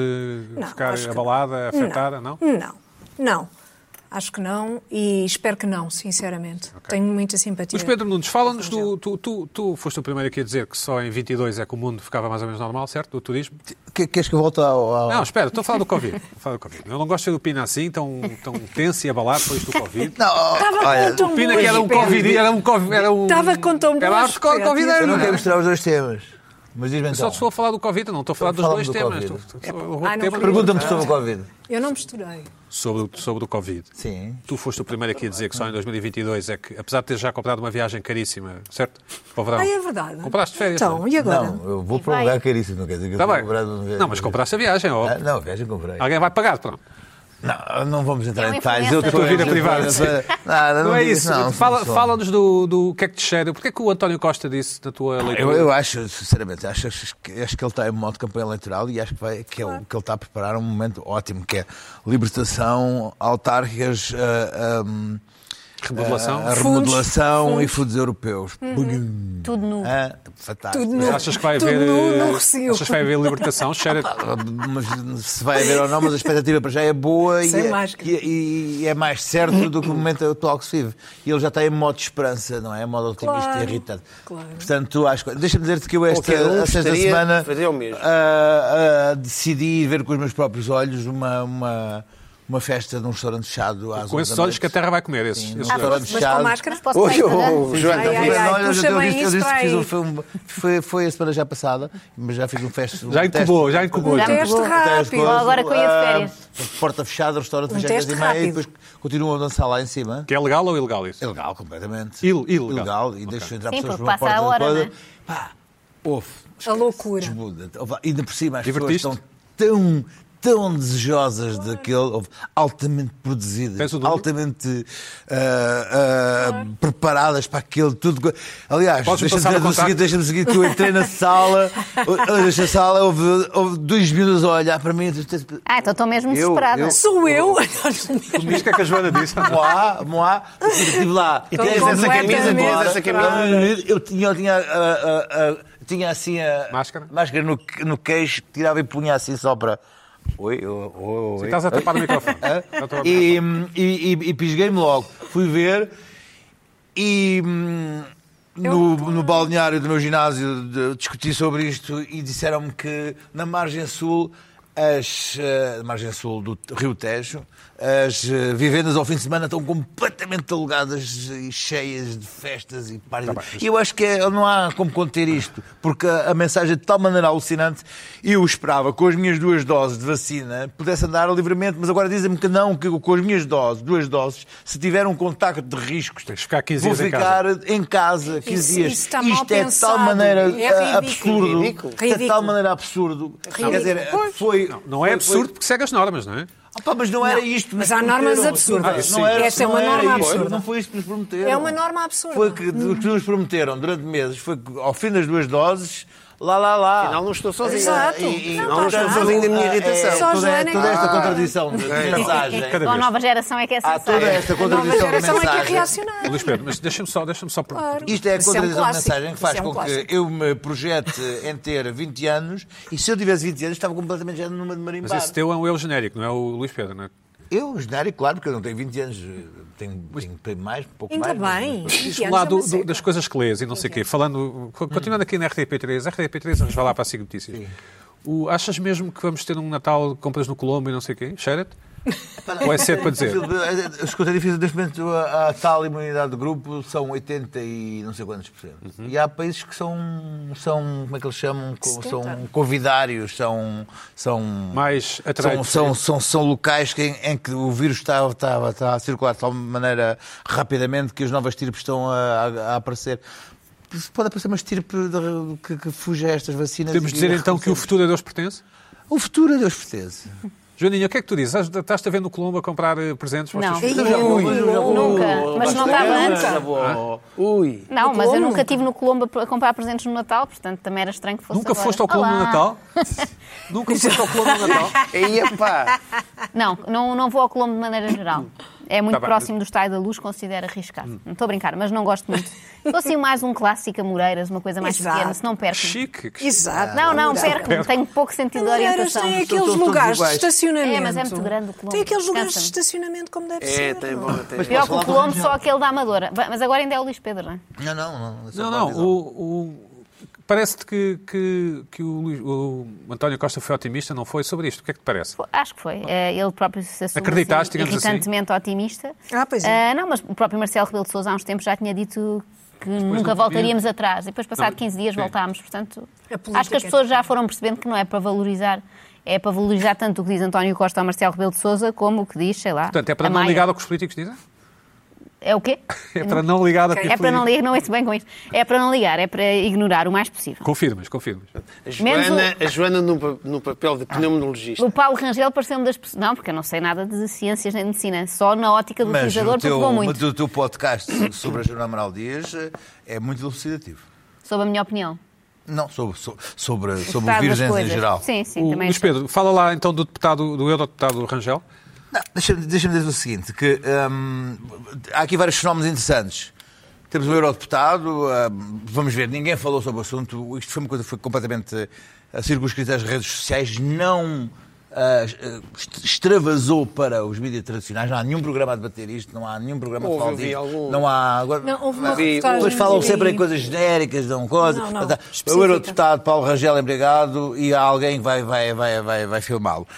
Speaker 3: Não,
Speaker 1: ficar
Speaker 3: acho que não.
Speaker 1: abalada, afetada, não?
Speaker 3: Não, não. Acho que não e espero que não, sinceramente. Tenho muita simpatia.
Speaker 1: Mas Pedro Nunes, fala-nos do... Tu, tu, tu foste o primeiro aqui a dizer que só em 22 é que o mundo ficava mais ou menos normal, certo? Do turismo.
Speaker 6: Que- Queres que eu volte ao. ao-
Speaker 1: Não, espera, estou a falar do Covid. Estou a falar do COVID. Eu não gosto de ver o Pina assim, tão, tão tenso e abalado depois do Covid.
Speaker 6: Não, oh,
Speaker 3: Estava
Speaker 6: olha,
Speaker 3: com tão
Speaker 1: Pina
Speaker 3: boas
Speaker 1: que era um
Speaker 3: pernas.
Speaker 1: Covid, era um Covid, era um...
Speaker 3: Estava com tão
Speaker 1: Era
Speaker 3: boas
Speaker 1: hardcore
Speaker 3: pernas.
Speaker 6: eu
Speaker 1: Covid.
Speaker 6: não quero misturar os dois temas. Mas diz-me
Speaker 1: Só
Speaker 6: então.
Speaker 1: te estou a falar do Covid, eu não estou a falar dos
Speaker 6: Falamos
Speaker 1: dois
Speaker 6: do
Speaker 1: temas.
Speaker 6: Covid.
Speaker 1: Estou- estou- o
Speaker 3: Ah, não
Speaker 1: tema-
Speaker 6: Pergunta-me sobre o Covid.
Speaker 3: Eu não misturei.
Speaker 1: sobre, sobre o Covid.
Speaker 6: Sim.
Speaker 1: Tu foste o primeiro aqui a dizer que só em 2022 é que, apesar de ter já comprado uma viagem caríssima, certo? Para o verão.
Speaker 3: Ah, é verdade.
Speaker 1: Compraste férias.
Speaker 3: Então,
Speaker 1: não é?
Speaker 3: e agora?
Speaker 6: Não, eu vou
Speaker 4: E
Speaker 6: para um
Speaker 4: vai.
Speaker 6: lugar caríssimo, não quer dizer que
Speaker 1: Está
Speaker 6: eu vou
Speaker 1: Tá bem.
Speaker 6: cobrar um
Speaker 1: Não, mas compraste a viagem. Ou...
Speaker 6: Ah, não, viagem comprei.
Speaker 1: Alguém vai pagar, pronto.
Speaker 6: Não, não vamos entrar
Speaker 4: É um
Speaker 6: em detalhes. Eu
Speaker 4: influencer.
Speaker 6: estou
Speaker 4: Tua vida
Speaker 1: privada,
Speaker 6: Nada, não,
Speaker 1: é
Speaker 6: digo
Speaker 1: isso.
Speaker 6: Não,
Speaker 1: Fala-
Speaker 6: pessoal. Ah,
Speaker 1: Fala-nos do, do que é que te cheira. Porquê é que o António Costa disse na tua leitura?
Speaker 6: Eu, eu acho, sinceramente, acho, acho que, acho que ele está em modo de campanha eleitoral e acho que, vai, que, ele, que ele está a preparar um momento ótimo, que é libertação, autárquicas, ah, ah,
Speaker 1: Remodelação?
Speaker 6: ah,
Speaker 3: Fundos.
Speaker 6: remodelação e fundos europeus. Bugum.
Speaker 4: Tudo nu.
Speaker 6: Ah, fantástico.
Speaker 3: Tudo
Speaker 1: Mas
Speaker 3: nu.
Speaker 1: achas que vai
Speaker 3: Tudo
Speaker 1: haver.
Speaker 3: nu, não
Speaker 1: eh,
Speaker 3: receio.
Speaker 1: Achas que vai haver libertação?
Speaker 6: (laughs)
Speaker 1: Cheira.
Speaker 6: Mas se vai haver ou não, mas a expectativa para já é boa e
Speaker 3: Sem
Speaker 6: é,
Speaker 3: máscara.
Speaker 6: e- e é mais certo do que o momento atual que se vive. E ele já está em modo de esperança, não é? Em modo otimista
Speaker 3: Claro,
Speaker 6: e irritante.
Speaker 3: claro.
Speaker 6: Portanto, acho que. Deixa-me dizer-te que eu esta
Speaker 2: Qualquer um
Speaker 6: a sexta
Speaker 2: gostaria de
Speaker 6: semana
Speaker 2: fazer o mesmo.
Speaker 6: ah, ah, decidi ver com os meus próprios olhos uma, uma, uma festa num restaurante fechado às
Speaker 1: Com
Speaker 6: 11
Speaker 1: esses
Speaker 6: da
Speaker 1: olhos que a
Speaker 6: noite.
Speaker 1: terra vai comer. Esses,
Speaker 6: Sim,
Speaker 1: esses
Speaker 6: não
Speaker 1: olhos.
Speaker 6: estou a
Speaker 3: Ah, Mas com máscara?
Speaker 6: fechado.
Speaker 4: Posso é?
Speaker 2: Oi,
Speaker 4: estar
Speaker 2: oh,
Speaker 4: enganada?
Speaker 2: Joana,
Speaker 3: Ai, ai,
Speaker 6: Mas
Speaker 3: ai,
Speaker 6: olha, eu
Speaker 3: puxa
Speaker 6: disse-
Speaker 3: bem
Speaker 6: eu
Speaker 3: isso
Speaker 6: disse
Speaker 3: para
Speaker 6: que fiz um
Speaker 3: aí.
Speaker 6: filme, foi, foi a semana já passada, mas já fiz um festa. um
Speaker 1: Já
Speaker 6: teste-
Speaker 1: incubou, já incubou.
Speaker 3: Um
Speaker 1: já.
Speaker 3: teste
Speaker 4: Boa.
Speaker 3: rápido.
Speaker 4: Boa. agora que eu ia de
Speaker 6: ah,
Speaker 4: férias.
Speaker 6: porta fechada, restaurante
Speaker 3: Um
Speaker 6: fechado às
Speaker 3: teste
Speaker 6: 10h30 e
Speaker 3: rápido.
Speaker 6: depois continuam a dançar lá em cima.
Speaker 1: Que é legal ou ilegal isso?
Speaker 6: Ilegal, completamente.
Speaker 1: Il- ilegal.
Speaker 6: e deixam entrar
Speaker 4: Sim, porque
Speaker 6: pessoas por uma
Speaker 4: passa a
Speaker 6: porta
Speaker 4: hora,
Speaker 6: toda.
Speaker 4: né?
Speaker 6: Pá, ouve.
Speaker 3: A loucura.
Speaker 6: Desmuda. Então, Ainda por cima, as
Speaker 1: Divertiste?
Speaker 6: pessoas estão tão, tão desejosas daquele, houve altamente produzidas,
Speaker 1: Tens o dúvida?
Speaker 6: altamente ah, ah, preparadas para aquilo tudo. Aliás,
Speaker 1: Podes-me
Speaker 6: deixa-me
Speaker 1: passar o
Speaker 6: dizer o
Speaker 1: contacto?
Speaker 6: seguinte, deixa-me seguir que eu entrei na sala,
Speaker 1: (laughs)
Speaker 6: na sala houve, houve dois minutos a olhar para mim.
Speaker 4: Ah, então estou mesmo
Speaker 6: Eu-
Speaker 4: desesperada.
Speaker 6: eu-
Speaker 3: Sou eu? (laughs)
Speaker 1: Diz o que é que a Joana
Speaker 6: (laughs)
Speaker 1: disse.
Speaker 6: Moá, moá, estive (laughs) lá.
Speaker 3: Estou
Speaker 6: Tens essa camisa,
Speaker 3: completamente-
Speaker 6: tens essa
Speaker 2: Claro.
Speaker 6: camisa. Eu tinha, eu tinha, ah, ah, ah, tinha assim a
Speaker 1: Máscara?
Speaker 6: máscara no, no queixo, tirava e punha assim só para. Oi, oi, oi.
Speaker 1: Sim, Estás a tapar o microfone. (laughs) Estás a tapar o microfone.
Speaker 6: E, e, e, e pisguei-me logo. Fui ver e hum, no, no balneário do meu ginásio de- discuti sobre isto e disseram-me que na margem sul, as, eh, na margem sul do Rio Tejo, as eh, vivendas ao fim de semana estão completamente alugadas e cheias de festas e parties. e eu acho que é- não há como conter isto, porque a, a mensagem é de tal maneira alucinante. Eu esperava que com as minhas duas doses de vacina pudesse andar livremente, mas agora dizem-me que não, que com as minhas doses, duas doses, se tiver um contacto de riscos,
Speaker 1: Tens de ficar 15
Speaker 6: vou
Speaker 1: dias em
Speaker 6: ficar em casa 15
Speaker 3: Isso-
Speaker 6: dias.
Speaker 3: isso está mal
Speaker 6: Isto é de tal
Speaker 3: pensado.
Speaker 6: maneira
Speaker 3: É
Speaker 6: ah,
Speaker 3: ridículo.
Speaker 6: absurdo.
Speaker 2: Ridículo.
Speaker 6: É de tal
Speaker 3: Ridículo.
Speaker 6: maneira absurdo. Quer dizer,
Speaker 3: Pois.
Speaker 6: foi.
Speaker 1: Não é
Speaker 6: foi-
Speaker 1: absurdo porque segue as normas, não é?
Speaker 6: Ah, pá, mas não, era isto.
Speaker 3: mas há normas
Speaker 6: prometeram. Ah,
Speaker 3: absurdas.
Speaker 6: Não era,
Speaker 3: Essa é
Speaker 6: não
Speaker 3: uma
Speaker 6: era
Speaker 3: norma
Speaker 6: isto.
Speaker 3: absurda.
Speaker 6: Não foi isto que nos prometeram.
Speaker 3: É uma norma absurda. Hum.
Speaker 6: Foi que, o que nos prometeram durante meses foi que ao fim das duas doses, lá, lá, lá.
Speaker 2: Afinal, não estou sozinho.
Speaker 3: Exato. Não,
Speaker 2: Afinal, não estou
Speaker 3: estás
Speaker 2: sozinho da
Speaker 6: Ah,
Speaker 2: minha
Speaker 6: é,
Speaker 2: irritação.
Speaker 3: Só
Speaker 6: toda,
Speaker 3: Joana é que
Speaker 6: toda esta
Speaker 1: (laughs)
Speaker 3: está.
Speaker 6: contradição de de mensagem.
Speaker 1: Cada
Speaker 4: Ou é, a
Speaker 1: vez.
Speaker 4: nova geração é que é essa
Speaker 6: Há toda esta
Speaker 3: A nova
Speaker 6: contradição de
Speaker 3: geração é que é
Speaker 6: mensagem.
Speaker 1: Ó,
Speaker 3: reacionária.
Speaker 1: Luís Pedro, mas deixa-me só, deixa só por-
Speaker 3: Claro.
Speaker 6: Isto é a
Speaker 3: Isso um
Speaker 6: contradição de
Speaker 3: clássico.
Speaker 6: mensagem que faz
Speaker 3: Isso é um
Speaker 6: com que
Speaker 3: clássico.
Speaker 6: eu me projete em ter 20 anos e se eu tivesse 20 anos estava completamente já numa de
Speaker 1: Mas
Speaker 6: marimbar.
Speaker 1: esse teu é um eu genérico, não é o Luís Pedro, não é?
Speaker 6: Eu, genérico, claro, porque eu não tenho 20 anos, tenho, tenho, tenho mais, um pouco
Speaker 3: Ainda
Speaker 6: mais.
Speaker 3: bem.
Speaker 1: Diz-me
Speaker 4: é
Speaker 1: lá do- do- das coisas que lês e não sei o quê. Falando, co- continuando aqui na RTP3, RTP3 vai lá para a SIG Notícias. O- achas mesmo que vamos ter um Natal de compras no Colombo e não sei o quê? Cheira-te? Ou é cedo para
Speaker 6: (laughs)
Speaker 1: dizer?
Speaker 6: As coisas difíceis neste momento, a, a tal imunidade de grupo são 80 e não sei quantos por cento.
Speaker 1: Uhum.
Speaker 6: E há países que são, são como é que eles chamam? Co-
Speaker 3: 70.
Speaker 6: São convidários, são. são
Speaker 1: Mais
Speaker 6: são,
Speaker 1: atraídos.
Speaker 6: são, são, são locais que, em, em que o vírus está, está, está a circular de tal maneira rapidamente que as novas tirpes estão a, a- a aparecer. Pode aparecer uma estirpe de- que, que fuja a estas vacinas.
Speaker 1: Podemos
Speaker 6: e-
Speaker 1: dizer então que o futuro a Deus pertence?
Speaker 6: O futuro a Deus pertence.
Speaker 1: Joaninha, o que é que tu dizes? Estás- Estás-te a ver no Colombo a comprar eh, presentes? para os
Speaker 4: Não.
Speaker 1: teus filhos?
Speaker 6: Eu já vou- eu já vou-
Speaker 4: Nunca. Mas não estava
Speaker 6: Eu
Speaker 4: antes.
Speaker 2: Tá
Speaker 6: já vou-
Speaker 2: Ui.
Speaker 4: Não, mas eu
Speaker 3: Colombo,
Speaker 4: nunca
Speaker 3: nunca.
Speaker 4: estive no Colombo a comprar presentes no Natal, portanto também era estranho que fosse
Speaker 1: Nunca
Speaker 4: agora.
Speaker 1: foste ao Colombo no
Speaker 4: Olá. (laughs) é
Speaker 1: Natal? Nunca foste ao Colombo no
Speaker 3: (laughs)
Speaker 1: Natal?
Speaker 2: Aí, pá.
Speaker 4: Não, não, não vou ao Colombo de maneira geral. É muito
Speaker 1: Tá bem. Hum.
Speaker 4: próximo do Estádio da Luz, considero arriscado. Não estou a brincar, mas não gosto muito. Estou assim mais um clássico a Moreiras, uma coisa mais
Speaker 3: Exato.
Speaker 4: pequena, se não perco.
Speaker 1: Chique. que chique.
Speaker 3: Exato.
Speaker 4: Não, não, perco. Tenho pouco sentido de
Speaker 3: Moreiras
Speaker 4: orientação.
Speaker 3: tem
Speaker 6: todos
Speaker 3: aqueles lugares de
Speaker 6: iguais.
Speaker 3: estacionamento.
Speaker 4: É, mas é muito grande o Colombo.
Speaker 3: Tem aqueles lugares de
Speaker 4: Cansa-me.
Speaker 3: estacionamento como deve ser.
Speaker 2: É, tem
Speaker 3: não?
Speaker 2: bola, tem bola.
Speaker 4: Pior que o Colombo, só aquele da Amadora. Ba- Mas agora ainda é o Luís Pedro, não é?
Speaker 6: Não, não, não.
Speaker 1: Não, não. O, o- Parece-te que, que, que o, Luís- o António Costa foi otimista, não foi? Sobre isto, o que é que te parece?
Speaker 4: Pô, Acho que foi. Eh, Ele próprio se assume
Speaker 1: Acreditaste,
Speaker 4: assim,
Speaker 1: digamos assim?
Speaker 4: irritantemente otimista.
Speaker 3: Ah, pois é.
Speaker 4: Eh, não, mas o próprio Marcelo Rebelo de Sousa há uns tempos já tinha dito que nunca
Speaker 1: não
Speaker 4: voltaríamos atrás. E depois, passado
Speaker 1: Não,
Speaker 4: 15 dias,
Speaker 1: sim.
Speaker 4: voltámos. Portanto,
Speaker 3: A política é
Speaker 4: acho que as pessoas já foram percebendo que não é para valorizar. É para valorizar tanto o que diz António Costa ao Marcelo Rebelo de Sousa como o que diz, sei lá.
Speaker 1: Portanto, é para
Speaker 4: a
Speaker 1: não
Speaker 4: Maia.
Speaker 1: ligar ao que os políticos dizem?
Speaker 4: É o quê?
Speaker 1: É para não ligar ao que os
Speaker 4: É para não
Speaker 1: políticos
Speaker 4: ligar, não é bem com isto. É para não ligar, é para ignorar o mais possível.
Speaker 1: Confirmas, confirmas.
Speaker 2: A
Speaker 4: Menos
Speaker 2: Joana, a Joana num, pa- num papel de pneumologista.
Speaker 4: O Paulo Rangel pareceu-me das pessoas. Não, porque eu não sei nada de ciências nem de medicina, só na ótica do
Speaker 6: Mas
Speaker 4: utilizador,
Speaker 6: o
Speaker 4: porque
Speaker 6: teu,
Speaker 4: vou muito.
Speaker 6: mas o teu podcast sobre a Joana Amaral Dias eh, é muito elucidativo.
Speaker 4: Sob a minha opinião.
Speaker 6: Não, sobre, so- sobre, sobre o
Speaker 4: Estado
Speaker 6: vírus
Speaker 4: das
Speaker 6: em, em
Speaker 4: coisas.
Speaker 6: geral.
Speaker 4: Sim, sim,
Speaker 1: O
Speaker 4: também. é assim.
Speaker 1: Luís
Speaker 4: acho.
Speaker 1: Pedro, fala lá então do deputado, do eurodeputado Rangel.
Speaker 6: Não, Deixa-me deixa dizer o seguinte, que hum, há aqui vários fenómenos interessantes. Temos um eurodeputado, hum, vamos ver, ninguém falou sobre o assunto, isto foi uma coisa que foi completamente eh, circunscrita às redes sociais, não ah, est- extravasou para os mídias tradicionais, não há nenhum programa a debater isto, não há nenhum programa a
Speaker 2: Houve,
Speaker 6: falar
Speaker 2: eu vi
Speaker 6: disto,
Speaker 2: algum.
Speaker 6: não há... Agora,
Speaker 3: Não, houve uma
Speaker 2: Vi-
Speaker 3: reportagem
Speaker 6: Depois falam
Speaker 3: de-
Speaker 6: sempre em coisas genéricas, dão coisa.
Speaker 3: Não, não,
Speaker 6: Portanto, o
Speaker 3: específica.
Speaker 6: eurodeputado Paulo Rangel é empregado e há alguém que vai, vai, vai, vai, vai filmá-lo.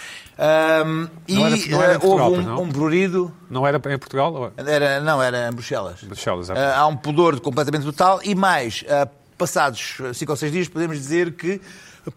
Speaker 6: Hum, e
Speaker 1: Não era- não era em
Speaker 6: eh,
Speaker 1: Portugal,
Speaker 6: houve
Speaker 1: pois não?
Speaker 6: um, um brurido.
Speaker 1: Não era em Portugal? ou é?
Speaker 6: Era, não, era em Bruxelas.
Speaker 5: Ah,
Speaker 1: Bruxelas,
Speaker 6: Eh,
Speaker 1: exato.
Speaker 6: há um pudor completamente total e mais, eh, passados cinco ou seis dias, podemos dizer que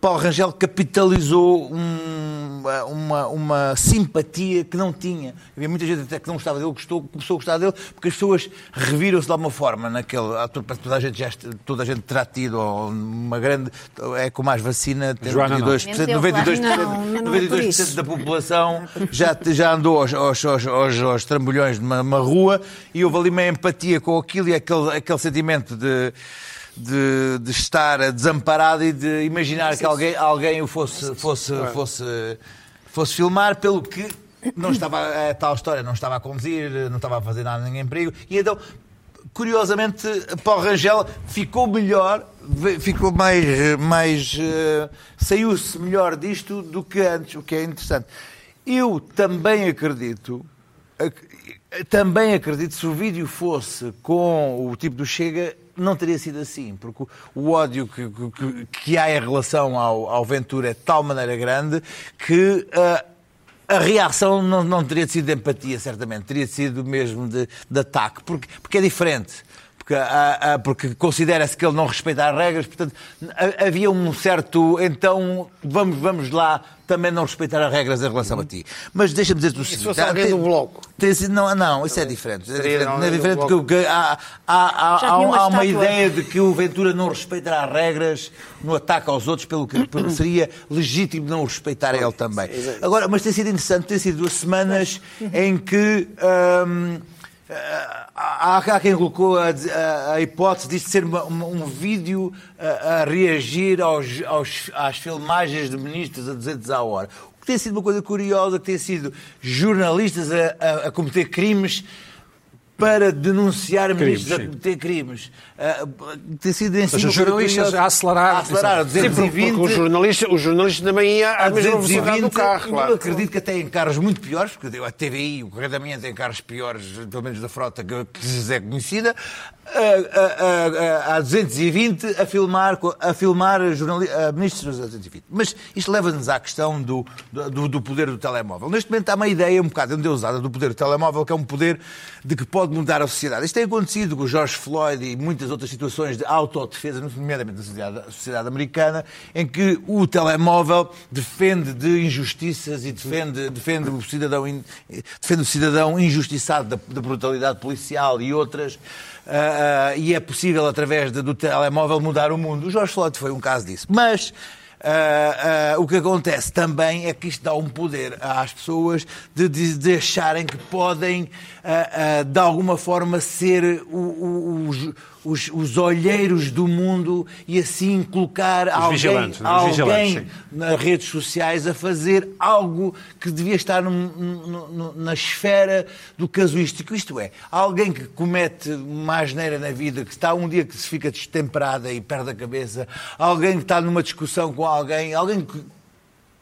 Speaker 5: Paulo Rangel capitalizou um- uma, uma simpatia que não tinha. Havia muita gente até que não gostava dele, gostou, começou a gostar dele, porque as pessoas reviram-se de alguma forma naquele ah, ator, para toda a gente já est- toda a gente terá tido ou uma grande é com mais vacina, tem
Speaker 1: Joana, não. é
Speaker 5: 92%,
Speaker 4: Menos eu, claro.
Speaker 5: 92%,
Speaker 3: Não, não é por
Speaker 5: 92%
Speaker 3: isso.
Speaker 5: da população já, já andou aos, aos, aos, aos, aos trambolhões numa numa rua e houve ali uma empatia com aquilo e aquele, aquele sentimento de, de, de estar desamparado e de imaginar que alguém, alguém o fosse, fosse, fosse, fosse filmar, pelo que não estava a tal história, não estava a conduzir, não estava a fazer nada, ninguém em perigo. E então, curiosamente, Paulo Rangel ficou melhor, ve- ficou mais. eh, mais eh, saiu-se melhor disto do que antes, o que é interessante. Eu também acredito. ac- Também acredito se o vídeo fosse com o tipo do Chega, não teria sido assim, porque o- o ódio que, que- que há em relação ao, ao Ventura é de tal maneira grande que ah, a reação não, não teria sido de empatia, certamente, teria sido mesmo de, de ataque, porque, porque é diferente. Porque, ah, ah, porque considera-se que ele não respeita as regras, portanto, ha- havia um certo. Então, vamos, vamos lá também não respeitar as regras em relação a ti. Mas deixa-me dizer-te o seguinte:
Speaker 2: fosse alguém
Speaker 5: ah, tem-
Speaker 2: do Bloco?
Speaker 5: tem sido- não, não, isso é diferente. É diferente, não é
Speaker 2: alguém do
Speaker 5: diferente porque
Speaker 2: Bloco?
Speaker 5: o que há, há,
Speaker 3: Já
Speaker 5: há, há-
Speaker 3: tinha uma
Speaker 5: há uma
Speaker 3: estátua.
Speaker 5: ideia de que o Ventura não respeitará as regras no ataque aos outros, pelo que pelo que seria legítimo não o respeitar a ele também. Agora, mas tem sido interessante, tem sido duas semanas em que. hum, ah, Há, há quem colocou a, a- a hipótese disto ser uma- uma- um vídeo a, a reagir aos- aos- às filmagens de ministros a 200 à hora. O que tem sido uma coisa curiosa, que tem sido jornalistas a- a- a cometer crimes para denunciar
Speaker 1: Crimes,
Speaker 5: ministros a
Speaker 1: sim.
Speaker 5: cometer crimes. Ah, ter sido em
Speaker 1: Ou seja,
Speaker 5: cima
Speaker 1: jornalistas a acelerar.
Speaker 5: a acelerar a
Speaker 2: Sim, porque,
Speaker 5: 220
Speaker 2: porque o jornalista, o jornalista também ia
Speaker 5: a
Speaker 2: à mesma velocidade do
Speaker 5: 220,
Speaker 2: carro,
Speaker 5: Ah, eu
Speaker 2: claro.
Speaker 5: acredito que até em carros muito piores, porque a TVI, o Correio da Manhã tem carros piores, pelo menos da frota que, que lhes é conhecida, a, a, a, a 220 a filmar, co- a filmar jornali- a ministros a 220. Mas isto leva-nos à questão do, do, do poder do telemóvel. Neste momento há uma ideia um bocado endeusada do poder do telemóvel, que é um poder de que pode mudar a sociedade. Isto tem acontecido com o George Floyd e muitas outras situações de autodefesa, nomeadamente na sociedade, sociedade americana, em que o telemóvel defende de injustiças e defende, defende, o, cidadão in- defende o cidadão injustiçado da, da brutalidade policial e outras. ah, ah, e é possível, através de- do telemóvel, mudar o mundo. O George Floyd foi um caso disso. Mas ah, ah, o que acontece também é que isto dá um poder às pessoas de, de, de acharem que podem, ah, ah, de alguma forma, ser o- o- os, os, os olheiros do mundo e assim colocar alguém,
Speaker 1: vigilantes, né? Os vigilantes,
Speaker 5: alguém
Speaker 1: sim.
Speaker 5: nas redes sociais a fazer algo que devia estar num- num- num- na esfera do casuístico. Isto é, alguém que comete uma asneira na vida, que está um dia que se fica destemperada e perde a cabeça, alguém que está numa discussão com alguém, alguém que,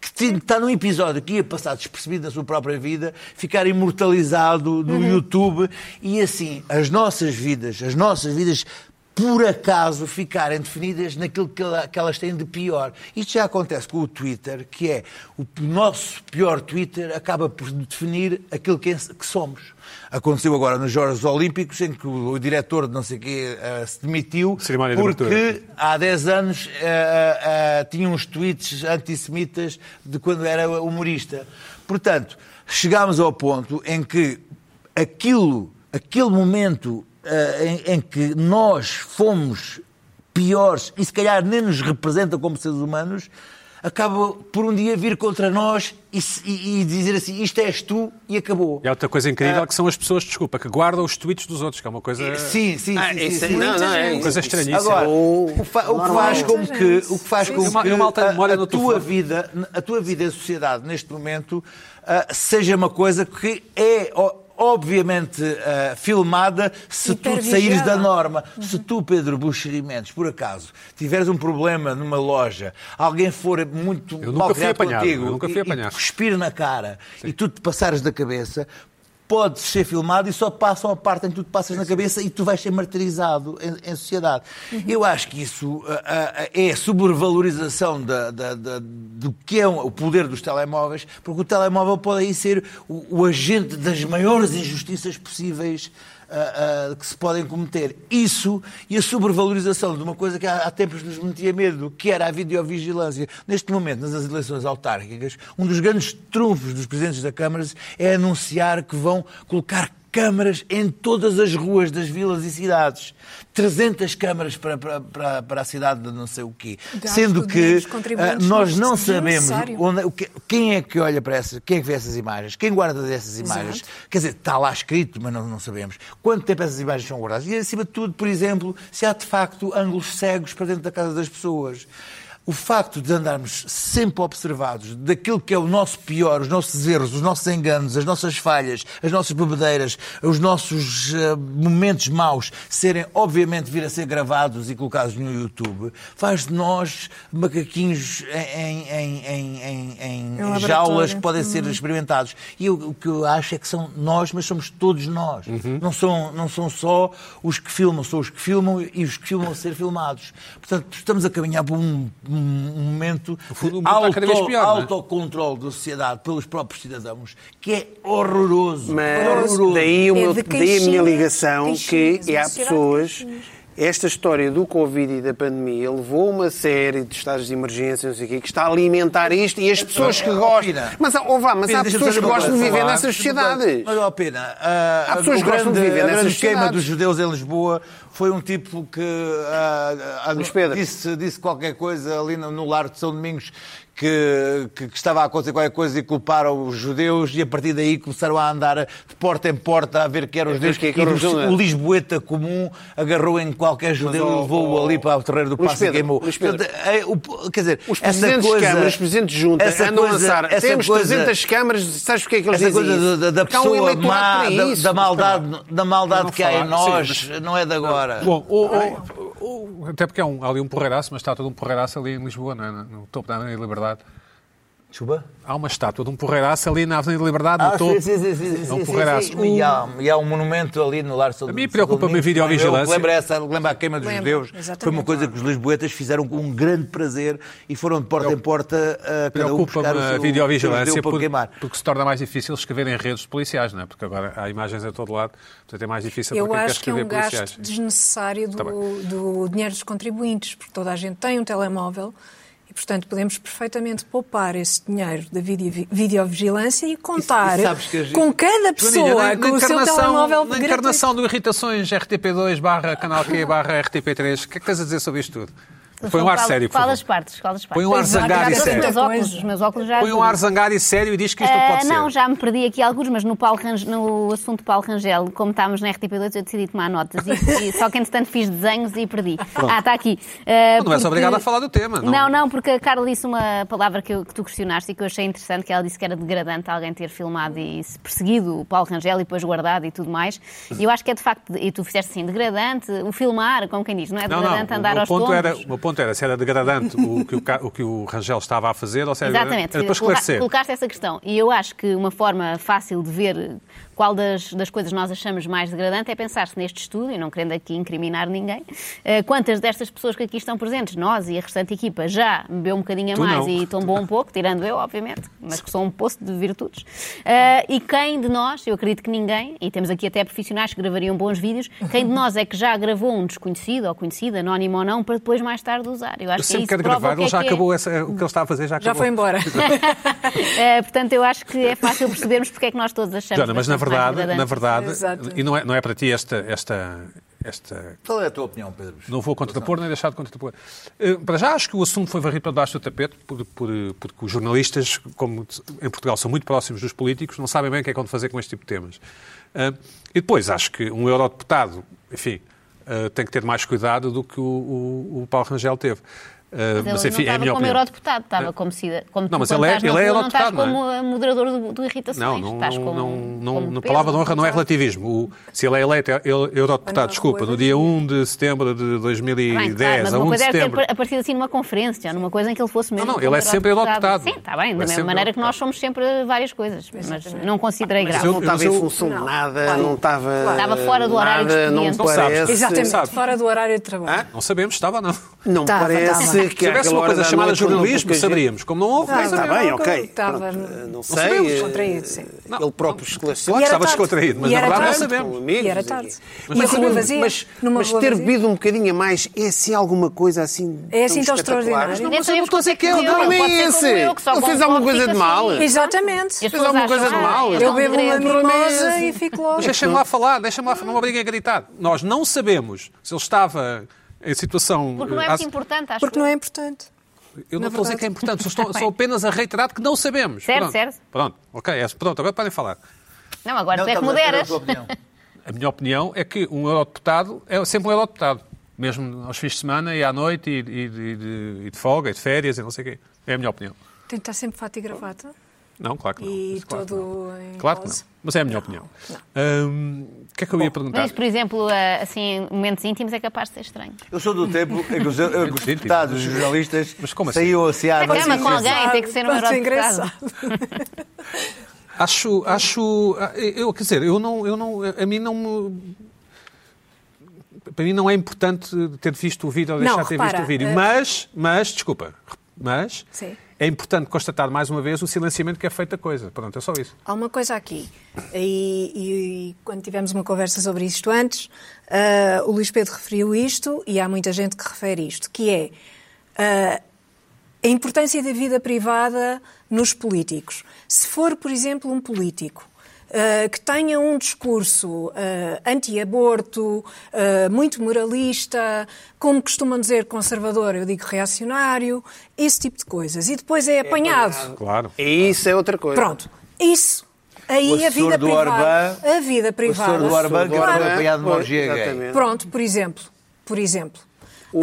Speaker 5: que te- está num episódio que ia passar despercebido na sua própria vida, ficar imortalizado no
Speaker 1: Uhum.
Speaker 5: YouTube e assim as nossas vidas, as nossas vidas por acaso ficarem definidas naquilo que ela- que elas têm de pior. Isto já acontece com o Twitter, que é o p- nosso pior Twitter acaba por definir aquilo que, é- que somos. Aconteceu agora nos Jogos Olímpicos, em que o, o diretor de não sei o quê eh, se demitiu
Speaker 1: Cerimónia de abertura.
Speaker 5: porque há 10 anos eh, eh, tinha uns tweets antissemitas de quando era humorista. Portanto, chegámos ao ponto em que aquilo, aquele momento eh, em, em que nós fomos piores e se calhar nem nos representa como seres humanos, acaba por um dia vir contra nós e, se- e- e dizer assim, isto és tu e acabou.
Speaker 1: E há outra coisa incrível que são as pessoas, desculpa, que guardam os tweets dos outros, que é uma coisa.
Speaker 5: Sim, sim,
Speaker 2: Ah,
Speaker 5: sim, sim,
Speaker 2: isso aí-
Speaker 5: sim.
Speaker 2: não, não, é
Speaker 1: Uma coisa estranhíssima.
Speaker 5: Agora,
Speaker 2: Ou-
Speaker 5: o, fa- o que faz com que, o que, faz
Speaker 1: Sim,
Speaker 5: com
Speaker 1: sim. Eu mal-
Speaker 5: que
Speaker 1: eu mal tenho
Speaker 5: a,
Speaker 1: memória
Speaker 5: a
Speaker 1: do
Speaker 5: tua
Speaker 1: telefone.
Speaker 5: vida, a tua vida e a sociedade neste momento ah, seja uma coisa que é o- obviamente ah, filmada se tu
Speaker 3: Hipervigiada.
Speaker 5: saíres da norma. Se tu, Pedro Buxerimentos, por acaso, tiveres um problema numa loja, alguém for muito
Speaker 1: Eu nunca
Speaker 5: mal
Speaker 1: fui
Speaker 5: criado
Speaker 1: apanhado,
Speaker 5: contigo
Speaker 1: eu nunca fui
Speaker 5: e- e
Speaker 1: apanhado.
Speaker 5: te cuspir na cara e tu te passares da cabeça, podes ser filmado e só passam a parte em que tu te passas na cabeça e tu vais ser martirizado em, em sociedade. Eu acho que isso ah, ah, ah, é a sobrevalorização da- da- da- do que é o poder dos telemóveis, porque o telemóvel pode aí ser o, o agente das maiores injustiças possíveis ah, ah, que se podem cometer. Isso e a sobrevalorização de uma coisa que há, há tempos nos metia medo, que era a videovigilância. Neste momento, nas eleições autárquicas, um dos grandes trunfos dos presidentes da Câmara é anunciar que vão colocar câmaras em todas as ruas das vilas e cidades. 300 câmaras para, para, para, para a cidade de não sei o quê.
Speaker 3: Gasto
Speaker 5: Sendo
Speaker 3: de
Speaker 5: que
Speaker 3: dinheiro dos contribuintes,
Speaker 5: ah, nós não
Speaker 3: mas
Speaker 5: sabemos
Speaker 3: desnecessário.
Speaker 5: onde- o que- quem é que olha para essas, quem é que vê essas imagens, quem guarda dessas imagens. Quer dizer, está lá escrito, mas não, não sabemos. Quanto tempo essas imagens são guardadas? E acima de tudo, por exemplo, se há de facto ângulos cegos para dentro da casa das pessoas. O facto de andarmos sempre observados daquilo que é o nosso pior, os nossos erros, os nossos enganos, as nossas falhas, as nossas bebedeiras, os nossos eh, momentos maus serem, obviamente, vir a ser gravados e colocados no YouTube, faz de nós macaquinhos em, em- em- em- em- em
Speaker 3: laboratório.
Speaker 5: jaulas que podem ser experimentados. E eu- o que eu acho é que são nós, mas somos todos nós.
Speaker 1: Uhum.
Speaker 5: Não, são, não são só os que filmam, são os que filmam e os que filmam a ser filmados. Portanto, estamos a caminhar por um, um- um momento
Speaker 1: fundo, o
Speaker 5: de
Speaker 1: mundo está cada vez pior, não é?
Speaker 5: autocontrole da sociedade pelos próprios cidadãos, que é horroroso.
Speaker 2: Mas
Speaker 5: horroroso.
Speaker 2: daí, o
Speaker 3: É
Speaker 2: meu-
Speaker 3: de quem
Speaker 2: daí a minha
Speaker 3: chega,
Speaker 2: ligação
Speaker 3: quem
Speaker 2: que é
Speaker 3: chega,
Speaker 2: há
Speaker 3: sociedade que
Speaker 2: pessoas.
Speaker 3: chega.
Speaker 2: Esta história do Covid e da pandemia levou uma série de estados de emergência, não sei o quê, que está a alimentar isto e as pessoas que gostam.
Speaker 5: Pina,
Speaker 2: Mas, oh, vá, mas
Speaker 5: Pina,
Speaker 2: há
Speaker 5: deixa-me
Speaker 2: pessoas que
Speaker 5: fazer uma
Speaker 2: gostam de
Speaker 5: coisa.
Speaker 2: viver
Speaker 5: Falar.
Speaker 2: nessas sociedades.
Speaker 5: Mas, ó, Pena, ah,
Speaker 2: Há pessoas
Speaker 5: o
Speaker 2: que gostam de
Speaker 5: grande-
Speaker 2: viver
Speaker 5: a
Speaker 2: nessas
Speaker 5: grande esquema
Speaker 2: sociedades.
Speaker 5: dos judeus em Lisboa foi um tipo que ah, ah,
Speaker 2: Luís Pedro.
Speaker 5: disse, disse qualquer coisa ali no, no lar de São Domingos que, que- que estava a acontecer qualquer coisa e culparam os judeus e a partir daí começaram a andar de porta em porta a ver que eram os judeus.
Speaker 2: que é que
Speaker 5: e
Speaker 2: eram os
Speaker 5: o-
Speaker 2: judeus.
Speaker 5: o lisboeta comum agarrou em qualquer judeu e
Speaker 2: ó,
Speaker 5: levou-o
Speaker 2: ó,
Speaker 5: ali para o terreiro do
Speaker 2: Luís
Speaker 5: passo e
Speaker 2: Pedro,
Speaker 5: queimou.
Speaker 2: Luís Pedro.
Speaker 5: Portanto, é, o- quer dizer,
Speaker 2: Os
Speaker 5: essa
Speaker 2: presidentes
Speaker 5: coisa-
Speaker 2: de câmaras, os presidentes juntas,
Speaker 5: essa
Speaker 2: andam a
Speaker 5: coisa-
Speaker 2: lançar.
Speaker 5: essa
Speaker 2: Temos
Speaker 5: coisa-
Speaker 2: 300 câmaras, sabes porque é que eles
Speaker 5: essa
Speaker 2: dizem
Speaker 5: coisa
Speaker 2: isso?
Speaker 5: da, da- da
Speaker 2: Porque há um
Speaker 5: pessoa
Speaker 2: eleitorado
Speaker 5: má,
Speaker 2: para
Speaker 5: da,
Speaker 2: isso,
Speaker 5: da maldade,
Speaker 2: espera lá.
Speaker 5: da maldade que há em
Speaker 1: Eu não vou falar,
Speaker 5: nós, não é de agora.
Speaker 1: Bom, ou- ou- ou- até porque há, um- há ali um porreiraço, mas está todo um porreiraço ali em Lisboa, não é? no topo da Avenida da Liberdade.
Speaker 5: Chuba?
Speaker 1: Há uma estátua de um porreiraço ali na Avenida da Liberdade, no
Speaker 5: Ah,
Speaker 1: topo.
Speaker 5: sim, sim, sim, sim,
Speaker 1: É um
Speaker 5: sim,
Speaker 1: porreiraço.
Speaker 5: sim. E, há, e há um monumento ali no Lar São
Speaker 1: A mim
Speaker 5: São
Speaker 1: preocupa-me
Speaker 5: Domingos,
Speaker 1: a videovigilância.
Speaker 5: que Lembra, essa, lembra a queima dos
Speaker 3: Lembro,
Speaker 5: judeus? Foi uma
Speaker 3: exatamente.
Speaker 5: coisa que os lisboetas fizeram com um grande prazer e foram de porta em porta a cada um
Speaker 1: Preocupa-me
Speaker 5: buscar o seu,
Speaker 1: a
Speaker 5: o seu
Speaker 1: videovigilância
Speaker 5: judeu para
Speaker 1: por-
Speaker 5: queimar.
Speaker 1: porque se torna mais difícil escrever em redes policiais, não é? Porque agora há imagens a todo lado, portanto é mais difícil
Speaker 3: Eu
Speaker 1: para quem quer
Speaker 3: acho que é
Speaker 1: escrever
Speaker 3: um
Speaker 1: policiais.
Speaker 3: gasto desnecessário do,
Speaker 1: Tá bem.
Speaker 3: do dinheiro dos contribuintes, porque toda a gente tem um telemóvel e, portanto, podemos perfeitamente poupar esse dinheiro da vide- videovigilância e contar
Speaker 5: E- e sabes que a gente-
Speaker 3: com cada pessoa,
Speaker 1: Joaninha, na- na
Speaker 3: com o seu
Speaker 1: encarnação-
Speaker 3: telemóvel
Speaker 1: Na
Speaker 3: gratuito.
Speaker 1: encarnação do Irritações RTP2 barra Canal Q barra RTP3, o que é que tens a dizer sobre isto tudo? Põe um ar
Speaker 4: Qual-
Speaker 1: sério, por
Speaker 4: Qual
Speaker 1: favor.
Speaker 4: das partes? Qual das partes?
Speaker 1: Põe um ar
Speaker 4: Exato,
Speaker 1: zangado
Speaker 4: já
Speaker 1: e
Speaker 4: todos
Speaker 1: sério.
Speaker 4: Os meus óculos,
Speaker 3: Coisa.
Speaker 4: os meus óculos já
Speaker 1: Põe um
Speaker 4: ajudam.
Speaker 1: ar zangado e sério e diz que isto não
Speaker 4: Ah,
Speaker 1: pode ser.
Speaker 4: não, já me perdi aqui alguns, mas no, Paulo Rangel- no assunto Paulo Rangel, como estávamos na RTP2, eu decidi tomar notas.
Speaker 1: (laughs)
Speaker 4: E, e só que entretanto fiz desenhos e perdi. Ah, está aqui. Ah,
Speaker 1: Não és obrigada a falar do tema, não.
Speaker 4: Não, porque a Carla disse uma palavra que, eu- que tu questionaste e que eu achei interessante, que ela disse que era degradante alguém ter filmado e se perseguido o Paulo Rangel e depois guardado e tudo mais. E eu acho que é de facto, e tu fizeste assim, degradante, o filmar, como quem diz, não é
Speaker 1: Não,
Speaker 4: degradante
Speaker 1: não,
Speaker 4: andar
Speaker 1: o meu,
Speaker 4: aos
Speaker 1: ponto
Speaker 4: tombos.
Speaker 1: era, o meu ponto era se era degradante o, que o, ca- o que o Rangel estava a fazer ou se era,
Speaker 4: Exatamente,
Speaker 1: era para
Speaker 4: Coloca-
Speaker 1: esclarecer.
Speaker 4: colocaste essa questão. E eu acho que uma forma fácil de ver qual das, das coisas nós achamos mais degradante é pensar-se neste estudo, e não querendo aqui incriminar ninguém, eh, quantas destas pessoas que aqui estão presentes, nós e a restante equipa, já bebeu um bocadinho a
Speaker 1: Tu
Speaker 4: mais
Speaker 1: não.
Speaker 4: e tombou um pouco, tirando eu, obviamente, mas que sou um poço de virtudes. Eh, e quem de nós, eu acredito que ninguém, e temos aqui até profissionais que gravariam bons vídeos, quem de nós é que já gravou um desconhecido ou conhecido, anónimo ou não, para depois mais tarde usar? Eu acho
Speaker 1: Eu
Speaker 4: que
Speaker 1: sempre
Speaker 4: isso
Speaker 1: quero
Speaker 4: prova
Speaker 1: gravar,
Speaker 4: o que
Speaker 1: ele
Speaker 4: é
Speaker 1: já
Speaker 4: que é.
Speaker 1: acabou essa- o que ele está a fazer, já acabou.
Speaker 3: Já foi embora.
Speaker 4: Eh, portanto, eu acho que é fácil percebermos porque é que nós todos achamos.
Speaker 1: Joana, mas na
Speaker 4: bastante mais
Speaker 1: verdade, na
Speaker 4: degradante.
Speaker 1: verdade,
Speaker 3: Exato.
Speaker 1: e não é, não é para ti esta, esta, esta
Speaker 5: Qual é a tua opinião, Pedro?
Speaker 1: Não vou contrapor nem deixar de contrapor. Eh, Para já, acho que o assunto foi varrido para debaixo do tapete, por, por, eh, porque os jornalistas, como t- em Portugal são muito próximos dos políticos, não sabem bem o que é que vão fazer com este tipo de temas. Ah, E depois, acho que um eurodeputado, enfim, ah, tem que ter mais cuidado do que o, o- o Paulo Rangel teve. Ah,
Speaker 4: Mas,
Speaker 1: Mas,
Speaker 4: ele
Speaker 1: enfim,
Speaker 4: não
Speaker 1: é a minha
Speaker 4: estava como
Speaker 1: opinião.
Speaker 4: eurodeputado, estava como cidadão. Como
Speaker 1: Não,
Speaker 4: tu,
Speaker 1: mas
Speaker 4: quando
Speaker 1: ele é-
Speaker 4: estás na
Speaker 1: ele é
Speaker 4: rua, não estás
Speaker 1: eurodeputado, não
Speaker 4: como eh, moderador do, do Irritações.
Speaker 1: Não, não,
Speaker 4: estás
Speaker 1: não,
Speaker 4: como,
Speaker 1: não, não,
Speaker 4: como
Speaker 1: não-
Speaker 4: peso,
Speaker 1: palavra de honra não é
Speaker 4: como-
Speaker 1: relativismo. O- se ele é eleito é- ele- eurodeputado,
Speaker 3: Manuel
Speaker 1: desculpa,
Speaker 3: Rueda.
Speaker 1: no dia 1 de setembro de
Speaker 4: Bem, claro,
Speaker 1: 2010,
Speaker 4: mas
Speaker 1: a 1
Speaker 4: uma
Speaker 1: de
Speaker 4: coisa era
Speaker 1: setembro.
Speaker 4: é ter aparecido assim numa conferência, numa coisa em que ele fosse mesmo.
Speaker 1: Não, não, ele
Speaker 4: como
Speaker 1: é sempre eurodeputado.
Speaker 4: Sim, está bem,
Speaker 1: Ele é
Speaker 4: da mesma
Speaker 1: sempre
Speaker 4: maneira que
Speaker 1: eurodeputado.
Speaker 4: nós somos sempre várias coisas, mas não considerei grave.
Speaker 1: eu-
Speaker 2: Não estava em
Speaker 1: eu-
Speaker 2: função de
Speaker 3: Não.
Speaker 2: nada,
Speaker 3: Claro.
Speaker 2: não estava.
Speaker 4: Estava fora do horário
Speaker 2: nada,
Speaker 4: de
Speaker 2: Não
Speaker 4: expediente.
Speaker 1: Não sabes.
Speaker 2: parece.
Speaker 1: Exato.
Speaker 3: Exatamente,
Speaker 1: Sabe.
Speaker 3: fora do horário de trabalho.
Speaker 1: Não sabemos se estava ou não.
Speaker 2: Não
Speaker 3: Tava,
Speaker 2: parece que, que
Speaker 1: Se houvesse
Speaker 2: àquela
Speaker 1: uma
Speaker 2: hora
Speaker 1: coisa
Speaker 2: da
Speaker 1: chamada
Speaker 2: noite, quando pouca
Speaker 1: jornalismo,
Speaker 2: gente-
Speaker 1: saberíamos. Como não houve,
Speaker 3: Não,
Speaker 1: não
Speaker 3: não.
Speaker 2: Está
Speaker 1: sabemos.
Speaker 2: bem,
Speaker 3: Não,
Speaker 2: ok.
Speaker 3: estava-
Speaker 2: Pronto, eh, Não
Speaker 1: sabemos,
Speaker 2: sei. eh,
Speaker 3: contraído, sim.
Speaker 2: Ele próprio esclareceu.
Speaker 1: Claro que
Speaker 3: E era
Speaker 1: estava
Speaker 3: tarde.
Speaker 1: descontraído, mas
Speaker 3: E
Speaker 1: na
Speaker 3: era
Speaker 1: verdade não
Speaker 3: tarde.
Speaker 1: sabemos.
Speaker 3: E era tarde.
Speaker 2: Mas,
Speaker 3: Uma
Speaker 2: mas,
Speaker 3: rua vazia,
Speaker 2: mas,
Speaker 3: numa
Speaker 2: mas
Speaker 3: rua
Speaker 2: ter
Speaker 3: vazia.
Speaker 2: bebido um bocadinho a mais é assim alguma coisa assim.
Speaker 3: É assim tão
Speaker 2: espetacular? Não,
Speaker 3: extraordinário.
Speaker 4: Nem
Speaker 2: mas eu não
Speaker 4: sabemos
Speaker 2: estou a dizer que é o
Speaker 4: quanto é que
Speaker 2: não
Speaker 4: bebeu.
Speaker 2: é
Speaker 4: Pode ser
Speaker 2: esse.
Speaker 4: como eu, que só
Speaker 2: Ele fez
Speaker 4: bom
Speaker 2: alguma
Speaker 4: pão
Speaker 2: coisa
Speaker 4: fica
Speaker 2: de mal.
Speaker 4: assim.
Speaker 3: Exatamente.
Speaker 4: E as
Speaker 2: Fez
Speaker 4: pessoas
Speaker 2: alguma
Speaker 4: acham,
Speaker 2: coisa de
Speaker 4: "Ah,
Speaker 2: mal."
Speaker 4: eles
Speaker 2: Eu
Speaker 3: Eu
Speaker 4: estão de
Speaker 3: bebo uma
Speaker 4: greve."
Speaker 2: problema é
Speaker 3: mimosa
Speaker 2: esse.
Speaker 3: e fico logo.
Speaker 1: Mas deixem-me lá falar, deixem-me lá falar, não obriguem a gritar. Nós não sabemos se ele estava em situação...
Speaker 4: Porque não é
Speaker 1: eh,
Speaker 4: muito
Speaker 1: às-
Speaker 4: importante, acho
Speaker 3: Porque
Speaker 4: eu.
Speaker 3: não é importante.
Speaker 1: Eu não estou
Speaker 3: Na
Speaker 1: a dizer
Speaker 3: verdade.
Speaker 1: que é importante, só, estou, só apenas a reiterar que não sabemos.
Speaker 4: Certo,
Speaker 1: pronto.
Speaker 4: certo.
Speaker 1: Pronto, ok, é, pronto, agora podem falar.
Speaker 4: Não, agora tu é que
Speaker 5: estamos à espera da
Speaker 4: moderas.
Speaker 5: tua opinião.
Speaker 1: A minha opinião é que um eurodeputado é sempre um eurodeputado, mesmo aos fins de semana e à noite e, e- e de, e de folga e de férias e não sei o quê. É a minha opinião.
Speaker 3: Tem de estar sempre fato e gravata.
Speaker 1: Não, claro que não.
Speaker 3: E
Speaker 1: Isso, claro que
Speaker 3: todo
Speaker 1: não.
Speaker 3: em
Speaker 1: Claro que não,
Speaker 3: rosa.
Speaker 1: mas é a minha opinião. Hum, o que é que eu ia perguntar?
Speaker 4: Mas, por exemplo, eh, assim, em momentos íntimos é capaz de ser estranho.
Speaker 5: Eu sou do tempo
Speaker 1: (laughs)
Speaker 5: em que os, em que os
Speaker 1: Sim, sim.
Speaker 5: deputados e os jornalistas
Speaker 1: Mas como assim?
Speaker 5: saíam assim à
Speaker 4: Na
Speaker 5: noite.
Speaker 4: cama com alguém. tem que ser um
Speaker 3: Pronto,
Speaker 4: eurodeputado.
Speaker 3: engraçado.
Speaker 1: Acho, acho, ah, eu, quer dizer, eu não, eu não, a mim não me... Para mim não é importante ter visto o vídeo ou
Speaker 3: Não,
Speaker 1: deixar de ter visto
Speaker 3: repara,
Speaker 1: o vídeo,
Speaker 3: eh,
Speaker 1: mas, mas, desculpa, mas
Speaker 3: Sim.
Speaker 1: é importante constatar mais uma vez o silenciamento que é feito a coisa. Pronto, é só isso.
Speaker 3: Há uma coisa aqui, e, e- e quando tivemos uma conversa sobre isto antes, ah, o Luís Pedro referiu isto, e há muita gente que refere isto, que é ah, a importância da vida privada nos políticos. Se for, por exemplo, um político ah, que tenha um discurso ah, anti-aborto, ah, muito moralista, como costumam dizer conservador, eu digo reacionário, esse tipo de coisas, e depois é apanhado.
Speaker 1: Claro.
Speaker 2: E isso é outra coisa.
Speaker 3: Pronto, isso.
Speaker 5: O
Speaker 3: Aí a
Speaker 5: assessor
Speaker 3: vida
Speaker 5: do
Speaker 3: privada.
Speaker 5: Orbán-
Speaker 3: a vida privada.
Speaker 5: do Orbán-
Speaker 2: Sobre
Speaker 5: que era
Speaker 2: Orbán,
Speaker 5: apoiado numa
Speaker 2: pois,
Speaker 5: orgia gay.
Speaker 2: exatamente.
Speaker 3: Pronto, por exemplo. Por exemplo.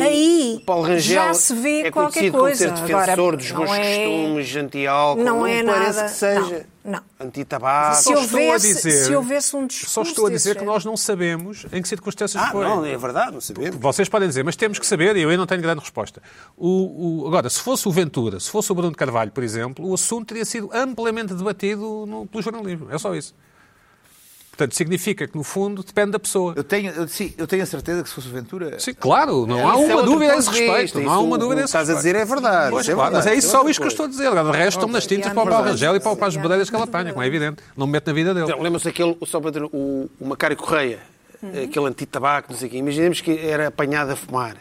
Speaker 3: aí
Speaker 2: O Paulo Rangel
Speaker 3: já se vê
Speaker 2: é
Speaker 3: qualquer
Speaker 2: conhecido
Speaker 3: coisa.
Speaker 2: como ser defensor
Speaker 3: Agora,
Speaker 2: dos
Speaker 3: não
Speaker 2: bons
Speaker 3: é-
Speaker 2: costumes, anti-álcool,
Speaker 3: não
Speaker 2: não,
Speaker 3: é
Speaker 2: parece
Speaker 3: nada-
Speaker 2: que seja.
Speaker 3: não, não.
Speaker 2: Anti-tabaco.
Speaker 3: Se
Speaker 1: Só estou a
Speaker 3: houvesse-
Speaker 1: dizer-
Speaker 3: se houvesse um discurso
Speaker 1: Só estou a
Speaker 3: desse
Speaker 1: dizer que
Speaker 3: género.
Speaker 1: nós não sabemos em que circunstâncias
Speaker 2: Ah,
Speaker 1: foi.
Speaker 2: não, é verdade, não sabemos.
Speaker 1: Vocês podem dizer, mas temos que saber, e eu aí não tenho grande resposta. O- o- agora, se fosse o Ventura, se fosse o Bruno Carvalho, por exemplo, o assunto teria sido amplamente debatido no- pelo jornalismo. É só isso. Portanto, significa que, no fundo, depende da pessoa.
Speaker 5: Eu tenho, eu, sim, eu tenho a certeza que se fosse o Ventura.
Speaker 1: Sim, claro, não há
Speaker 2: Isso é
Speaker 1: uma
Speaker 2: outro
Speaker 1: dúvida a
Speaker 2: ponto
Speaker 1: esse
Speaker 2: de vista,
Speaker 1: respeito. Não há
Speaker 2: isso
Speaker 1: uma
Speaker 2: o-
Speaker 1: dúvida a
Speaker 2: o que
Speaker 1: esse
Speaker 2: estás a
Speaker 1: respeito.
Speaker 2: dizer é verdade.
Speaker 1: Pois,
Speaker 2: isso é
Speaker 1: claro, mas é
Speaker 2: verdade,
Speaker 1: isso
Speaker 2: outra
Speaker 1: só isto que eu
Speaker 2: coisa. é
Speaker 1: estou a dizer. Agora, o resto estão nas tintas
Speaker 3: Obrigada.
Speaker 1: para o Paulo
Speaker 3: Verdade.
Speaker 1: Rangel e para, o- para as
Speaker 3: Obrigada.
Speaker 1: bradeiras que ela apanha, como é evidente. Não me mete na vida dele.
Speaker 2: Então, Lembra-se daquele, só para dizer, o, o Macário Correia,
Speaker 3: Uhum.
Speaker 2: aquele anti-tabaco, não sei o quê. Imaginemos que era apanhado a fumar.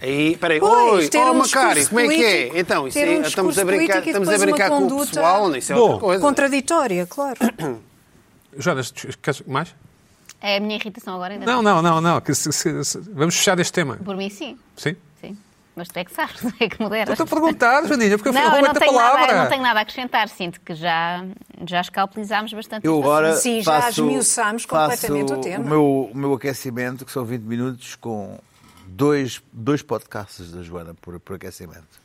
Speaker 2: Aí, peraí,
Speaker 3: Uhum. Pois,
Speaker 2: oi,
Speaker 3: ter
Speaker 2: ó
Speaker 3: um
Speaker 2: Macário,
Speaker 3: discurso
Speaker 2: como é que
Speaker 3: político,
Speaker 2: é? Então, isso
Speaker 3: ter
Speaker 2: aí,
Speaker 3: um
Speaker 2: estamos a
Speaker 3: discurso
Speaker 2: brincar,
Speaker 3: político e
Speaker 2: estamos a
Speaker 3: depois uma
Speaker 2: brincar com o
Speaker 3: conduta
Speaker 2: pessoal, não, isso é
Speaker 1: Bom,
Speaker 2: outra coisa. (coughs)
Speaker 3: Contraditória, claro.
Speaker 1: Jonas, queres mais?
Speaker 4: É a minha irritação agora ainda.
Speaker 1: Não, não, não, não. que se- se- se- Vamos fechar este tema.
Speaker 4: Por mim, sim.
Speaker 1: Sim?
Speaker 4: Sim. Mas tu é que sabes, (laughs) tu é que moderas.
Speaker 1: Estou a perguntar, Joaninha, porque Então, eu fui-
Speaker 4: Não, eu não,
Speaker 1: roubo-te a
Speaker 4: tenho nada,
Speaker 1: palavra.
Speaker 4: eu não tenho nada a acrescentar. Sinto que já, já escalpelizámos bastante.
Speaker 5: Eu
Speaker 4: este
Speaker 5: agora
Speaker 4: assunto.
Speaker 3: Assim, Sim, já
Speaker 5: faço-
Speaker 3: esmiuçamos completamente
Speaker 5: faço
Speaker 3: o tema.
Speaker 5: meu, o meu aquecimento, que são 20 minutos, com dois, dois podcasts da Joana por, por aquecimento.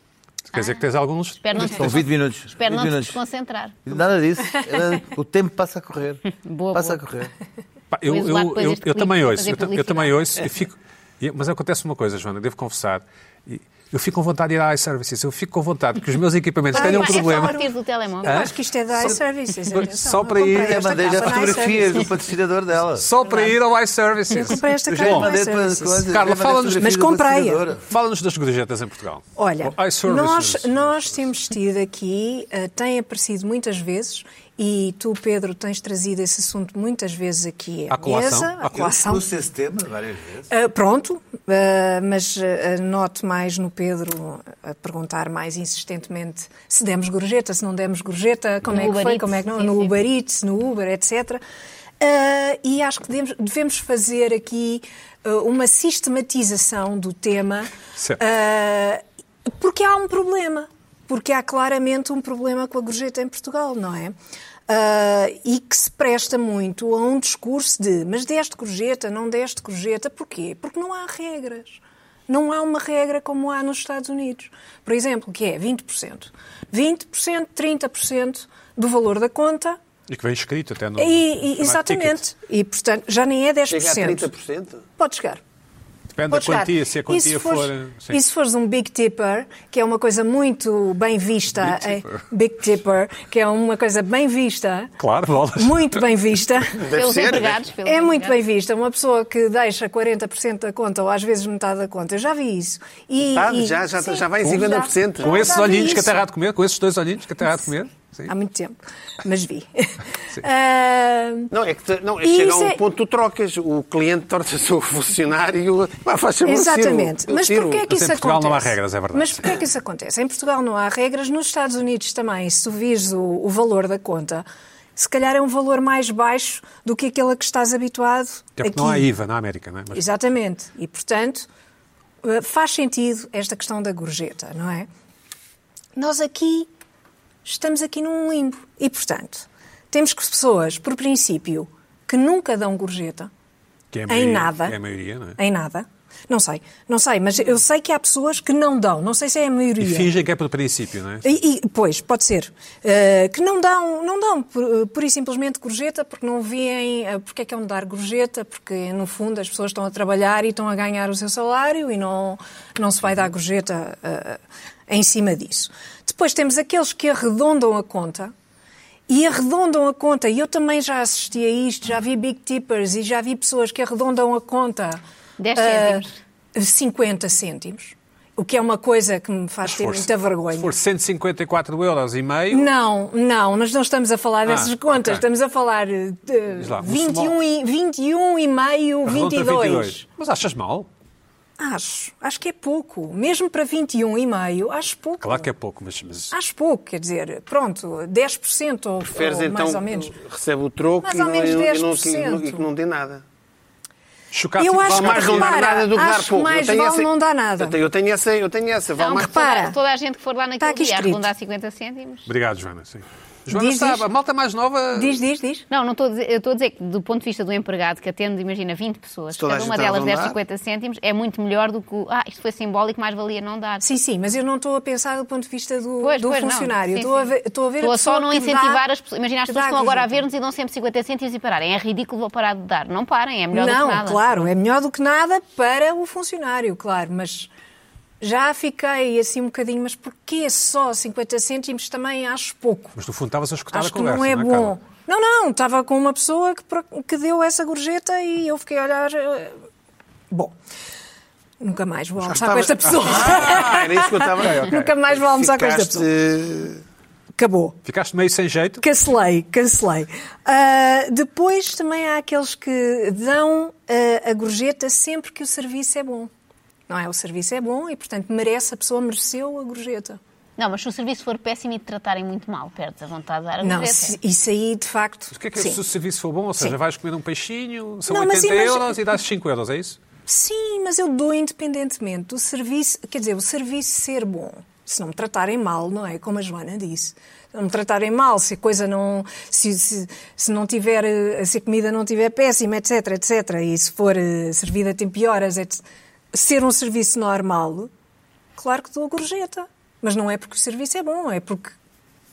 Speaker 1: Quer dizer que
Speaker 4: Ah.
Speaker 1: tens alguns.
Speaker 4: Espero não, te
Speaker 5: São 20 minutos.
Speaker 4: espero
Speaker 5: 20
Speaker 4: não te
Speaker 5: minutos.
Speaker 4: desconcentrar.
Speaker 5: Nada disso. Era- O tempo passa a correr.
Speaker 4: (laughs) Boa,
Speaker 5: passa
Speaker 4: boa.
Speaker 5: a correr.
Speaker 1: Pá, eu,
Speaker 4: Vou
Speaker 1: eu,
Speaker 4: isolar depois
Speaker 1: eu-
Speaker 4: este
Speaker 1: eu
Speaker 4: clipe
Speaker 1: também
Speaker 4: para
Speaker 1: ouço,
Speaker 4: fazer
Speaker 1: eu, ta- eu
Speaker 4: publicidade.
Speaker 1: também ouço e fico. e- Mas acontece uma coisa, Joana, devo confessar. e- Eu fico com vontade de ir à iServices, eu fico com vontade que os meus equipamentos
Speaker 3: Vai,
Speaker 1: tenham um
Speaker 3: vai, é
Speaker 4: É só
Speaker 1: problema.
Speaker 4: a partir do telemóvel.
Speaker 3: Eu acho que isto é da iServices. atenção.
Speaker 1: Só
Speaker 3: Eu
Speaker 1: para
Speaker 3: comprei
Speaker 1: ir-
Speaker 5: Eu
Speaker 3: esta
Speaker 5: mandei as
Speaker 3: capa
Speaker 4: é
Speaker 3: na
Speaker 5: fotografias do
Speaker 3: iServices.
Speaker 5: patrocinador dela.
Speaker 1: Só para ir ao iServices.
Speaker 3: Eu comprei esta
Speaker 5: Eu já
Speaker 3: capa
Speaker 1: Bom,
Speaker 3: na
Speaker 5: mandei todas as
Speaker 3: iServices.
Speaker 5: coisas,
Speaker 1: Carla,
Speaker 5: já mandei
Speaker 1: fala-nos-
Speaker 5: fotografias
Speaker 3: Mas
Speaker 5: do
Speaker 3: comprei-a.
Speaker 5: patrocinador.
Speaker 1: Fala-nos das gorjetas em Portugal.
Speaker 3: Olha,
Speaker 1: O iServices.
Speaker 3: nós, nós temos tido aqui, eh, tem aparecido muitas vezes, e tu, Pedro, tens trazido esse assunto muitas vezes aqui à,
Speaker 1: À colação.
Speaker 3: mesa, à
Speaker 1: Eu
Speaker 3: colação.
Speaker 5: Eu trouxe esse tema várias vezes.
Speaker 3: Eh, pronto, eh, mas eh, note mais no Pedro a perguntar mais insistentemente se demos gorjeta, se não demos gorjeta, como
Speaker 4: No
Speaker 3: é que
Speaker 4: Uber
Speaker 3: foi,
Speaker 4: Eats,
Speaker 3: como é que não,
Speaker 4: sim,
Speaker 3: no
Speaker 4: sim.
Speaker 3: Uber Eats, no Uber, etc. Eh, e acho que devemos, devemos fazer aqui eh, uma sistematização do tema,
Speaker 1: Certo.
Speaker 3: eh, porque há um problema. Porque há claramente um problema com a gorjeta em Portugal, não é? Ah, e que se presta muito a um discurso de mas deste gorjeta, não deste gorjeta, porquê? Porque não há regras. Não há uma regra como há nos Estados Unidos. Por exemplo, que é 20%. 20%, 30% do valor da conta.
Speaker 1: E que vem escrito até no.
Speaker 3: E, e-
Speaker 1: no chamado ticket.
Speaker 3: exatamente. E, portanto, já nem é 10%.
Speaker 2: Chega a 30%?
Speaker 3: Pode chegar.
Speaker 1: Depende
Speaker 3: Podes
Speaker 1: da
Speaker 3: dar.
Speaker 1: quantia, se a quantia
Speaker 3: e se fores,
Speaker 1: for, sim.
Speaker 3: E se fores um Big Tipper, que é uma coisa muito bem vista,
Speaker 1: Big
Speaker 3: eh,
Speaker 1: tipper.
Speaker 3: Big Tipper, que é uma coisa bem vista,
Speaker 1: Claro, bolas.
Speaker 3: muito bem
Speaker 1: (laughs)
Speaker 3: vista.
Speaker 4: pelos
Speaker 5: ser,
Speaker 4: empregados. pelos
Speaker 3: É muito
Speaker 4: empregados.
Speaker 3: bem vista. Uma pessoa que deixa 40% da conta, ou às vezes metade da conta. Eu já vi isso. E,
Speaker 2: Metade?
Speaker 3: e-
Speaker 2: Já- já-
Speaker 3: sim,
Speaker 2: já vai em 50%.
Speaker 3: já-
Speaker 1: Com
Speaker 3: já
Speaker 1: esses
Speaker 3: vi
Speaker 1: olhinhos que
Speaker 3: isso.
Speaker 1: até há de comer, com esses dois olhinhos que até há de comer. Sim.
Speaker 3: Há muito tempo, mas vi. (laughs) Ah,
Speaker 2: Não, é que te- não, é
Speaker 3: E
Speaker 2: chega a
Speaker 3: isso
Speaker 2: um
Speaker 3: é-
Speaker 2: ponto, tu trocas, o cliente torna-se o (laughs) funcionário. Pá, faz favor,
Speaker 3: Exatamente.
Speaker 2: tiro, eu
Speaker 3: Mas
Speaker 2: tiro.
Speaker 3: porquê é que
Speaker 1: Mas em
Speaker 3: isso
Speaker 1: Portugal
Speaker 3: acontece?
Speaker 1: não há regras, é verdade.
Speaker 3: Mas porquê é que isso acontece? Em Portugal não há regras, nos Estados Unidos também, se tu vires o, o valor da conta, se calhar é um valor mais baixo do que aquele a que estás habituado
Speaker 1: Até é porque
Speaker 3: aqui.
Speaker 1: não há IVA na América, não é? Mas
Speaker 3: Exatamente. E, portanto, eh, faz sentido esta questão da gorjeta, não é? Nós aqui estamos aqui num limbo. E, portanto, temos que pessoas, por princípio, que nunca dão gorjeta,
Speaker 1: que é a
Speaker 3: em
Speaker 1: maioria-
Speaker 3: nada.
Speaker 1: É a maioria, não é?
Speaker 3: Em nada. Não sei, não sei, mas eu sei que há pessoas que não dão, não sei se é a
Speaker 1: E
Speaker 3: maioria.
Speaker 1: fingem que é por princípio, não é?
Speaker 3: E- e- pois, pode ser. Eh, que não dão, não dão pu- pura e simplesmente gorjeta porque não veem eh, porque é que é um dar gorjeta, porque no fundo as pessoas estão a trabalhar e estão a ganhar o seu salário e não, não se vai dar gorjeta eh, em cima disso. Depois temos aqueles que arredondam a conta e arredondam a conta. E eu também já assisti a isto, já vi Big Tippers e já vi pessoas que arredondam a conta.
Speaker 4: Dez
Speaker 3: a
Speaker 4: cêntimos.
Speaker 3: 50 cêntimos. O que é uma coisa que me faz ter
Speaker 1: for-
Speaker 3: muita vergonha.
Speaker 1: Se for 154 euros e meio,
Speaker 3: Não, não, nós não estamos a falar dessas
Speaker 1: Ah, ok.
Speaker 3: contas. Estamos a falar eh, de
Speaker 1: lá, um
Speaker 3: 21 e, 21 e meio,
Speaker 1: arredonda
Speaker 3: 22.
Speaker 1: 22. Mas achas mal?
Speaker 3: Acho, acho que é pouco. Mesmo para 21 e meio, acho pouco.
Speaker 1: Claro que é pouco, mas, mas
Speaker 3: Acho pouco, quer dizer, pronto, 10% ou,
Speaker 2: Preferes
Speaker 3: ou
Speaker 2: então,
Speaker 3: Oh, mais ou menos.
Speaker 2: recebe o troco
Speaker 3: Mais
Speaker 2: e
Speaker 3: ou
Speaker 2: não,
Speaker 3: menos
Speaker 2: e não- e não,
Speaker 3: 10%.
Speaker 2: e que não dê nada.
Speaker 1: chocar tipo
Speaker 3: Eu acho
Speaker 2: Vale mais não dar
Speaker 3: repara,
Speaker 2: nada do que dar
Speaker 3: acho que
Speaker 2: pouco.
Speaker 3: mais
Speaker 2: eu tenho
Speaker 3: vale
Speaker 2: essa...
Speaker 3: não dar nada.
Speaker 2: Eu tenho, eu tenho essa, eu tenho essa. Vale
Speaker 3: Não,
Speaker 2: mais...
Speaker 3: repara.
Speaker 4: Toda a gente que for lá
Speaker 3: Está
Speaker 4: naquele
Speaker 3: aqui
Speaker 4: dia
Speaker 3: escrito.
Speaker 4: arredondar 50 cêntimos.
Speaker 1: Obrigado, Joana. Sim. Joana
Speaker 3: Diz,
Speaker 1: sabe,
Speaker 3: diz.
Speaker 1: a malta mais nova.
Speaker 3: Diz, diz, diz.
Speaker 4: Não, não estou a dizer, eu estou a dizer que do ponto de vista do empregado que atende, imagina, 20 pessoas,
Speaker 2: Se toda a
Speaker 4: cada uma
Speaker 2: gente
Speaker 4: delas der
Speaker 2: arredondar.
Speaker 4: 50 cêntimos, é muito melhor do que, o, ah, isto foi simbólico, mais valia não dar.
Speaker 3: Sim, sim, mas eu não estou a pensar do ponto de vista do,
Speaker 4: Pois,
Speaker 3: do
Speaker 4: pois, não.
Speaker 3: funcionário.
Speaker 4: Sim,
Speaker 3: Estou a
Speaker 4: sim.
Speaker 3: ver, estou a ver a
Speaker 4: Estou a
Speaker 3: pessoa
Speaker 4: só não
Speaker 3: que dá-
Speaker 4: incentivar as pessoas. Imagina, as
Speaker 3: que
Speaker 4: pessoas
Speaker 3: dá
Speaker 4: que estão agora a
Speaker 3: gorjeta.
Speaker 4: ver-nos e dão sempre 50 cêntimos e pararem. É ridículo, vou parar de dar. Não parem, é melhor do
Speaker 3: não,
Speaker 4: que nada.
Speaker 3: claro, é melhor do que nada para o funcionário, claro, mas já fiquei assim um bocadinho, mas porquê só 50 cêntimos também acho pouco?
Speaker 1: Mas no fundo estavas a escutar
Speaker 3: Acho
Speaker 1: a
Speaker 3: que
Speaker 1: conversa.
Speaker 3: não é
Speaker 1: não
Speaker 3: bom.
Speaker 1: Carla?
Speaker 3: Não, não, estava com uma pessoa que, pro- que deu essa gorjeta e eu fiquei a olhar. eh, Bom, nunca mais vou almoçar com esta pessoa.
Speaker 1: (laughs)
Speaker 2: Ah, era isso que eu estava...
Speaker 3: Nunca mais vou almoçar com esta
Speaker 2: Ficaste-
Speaker 3: pessoa. Acabou.
Speaker 1: Ficaste meio sem jeito.
Speaker 3: Cancelei, cancelei. Ah, depois também há aqueles que dão ah, a gorjeta sempre que o serviço é bom. Não é? O serviço é bom e, portanto, merece, a pessoa mereceu a gorjeta.
Speaker 4: Não, mas se o serviço for péssimo e te tratarem muito mal, perdes a vontade de dar a
Speaker 3: Não,
Speaker 4: gorjeta.
Speaker 3: se- isso aí, de facto.
Speaker 1: O que é que é,
Speaker 3: sim.
Speaker 1: se o serviço for bom? Ou seja,
Speaker 3: Sim.
Speaker 1: vais comer um peixinho, são
Speaker 3: Não, mas
Speaker 1: 80
Speaker 3: imagina-
Speaker 1: euros e dás 5 euros, é isso?
Speaker 3: Sim, mas eu dou independentemente do serviço, quer dizer, o serviço ser bom. Se não me tratarem mal, não é? Como a Joana disse. Se não me tratarem mal, se a coisa não. Se, se, se não tiver. eh, Se a comida não tiver péssima, etc, etc. E se for eh, servida a tempo e horas, etc. Ser um serviço normal, claro que dou gorjeta. Mas não é porque o serviço é bom, é porque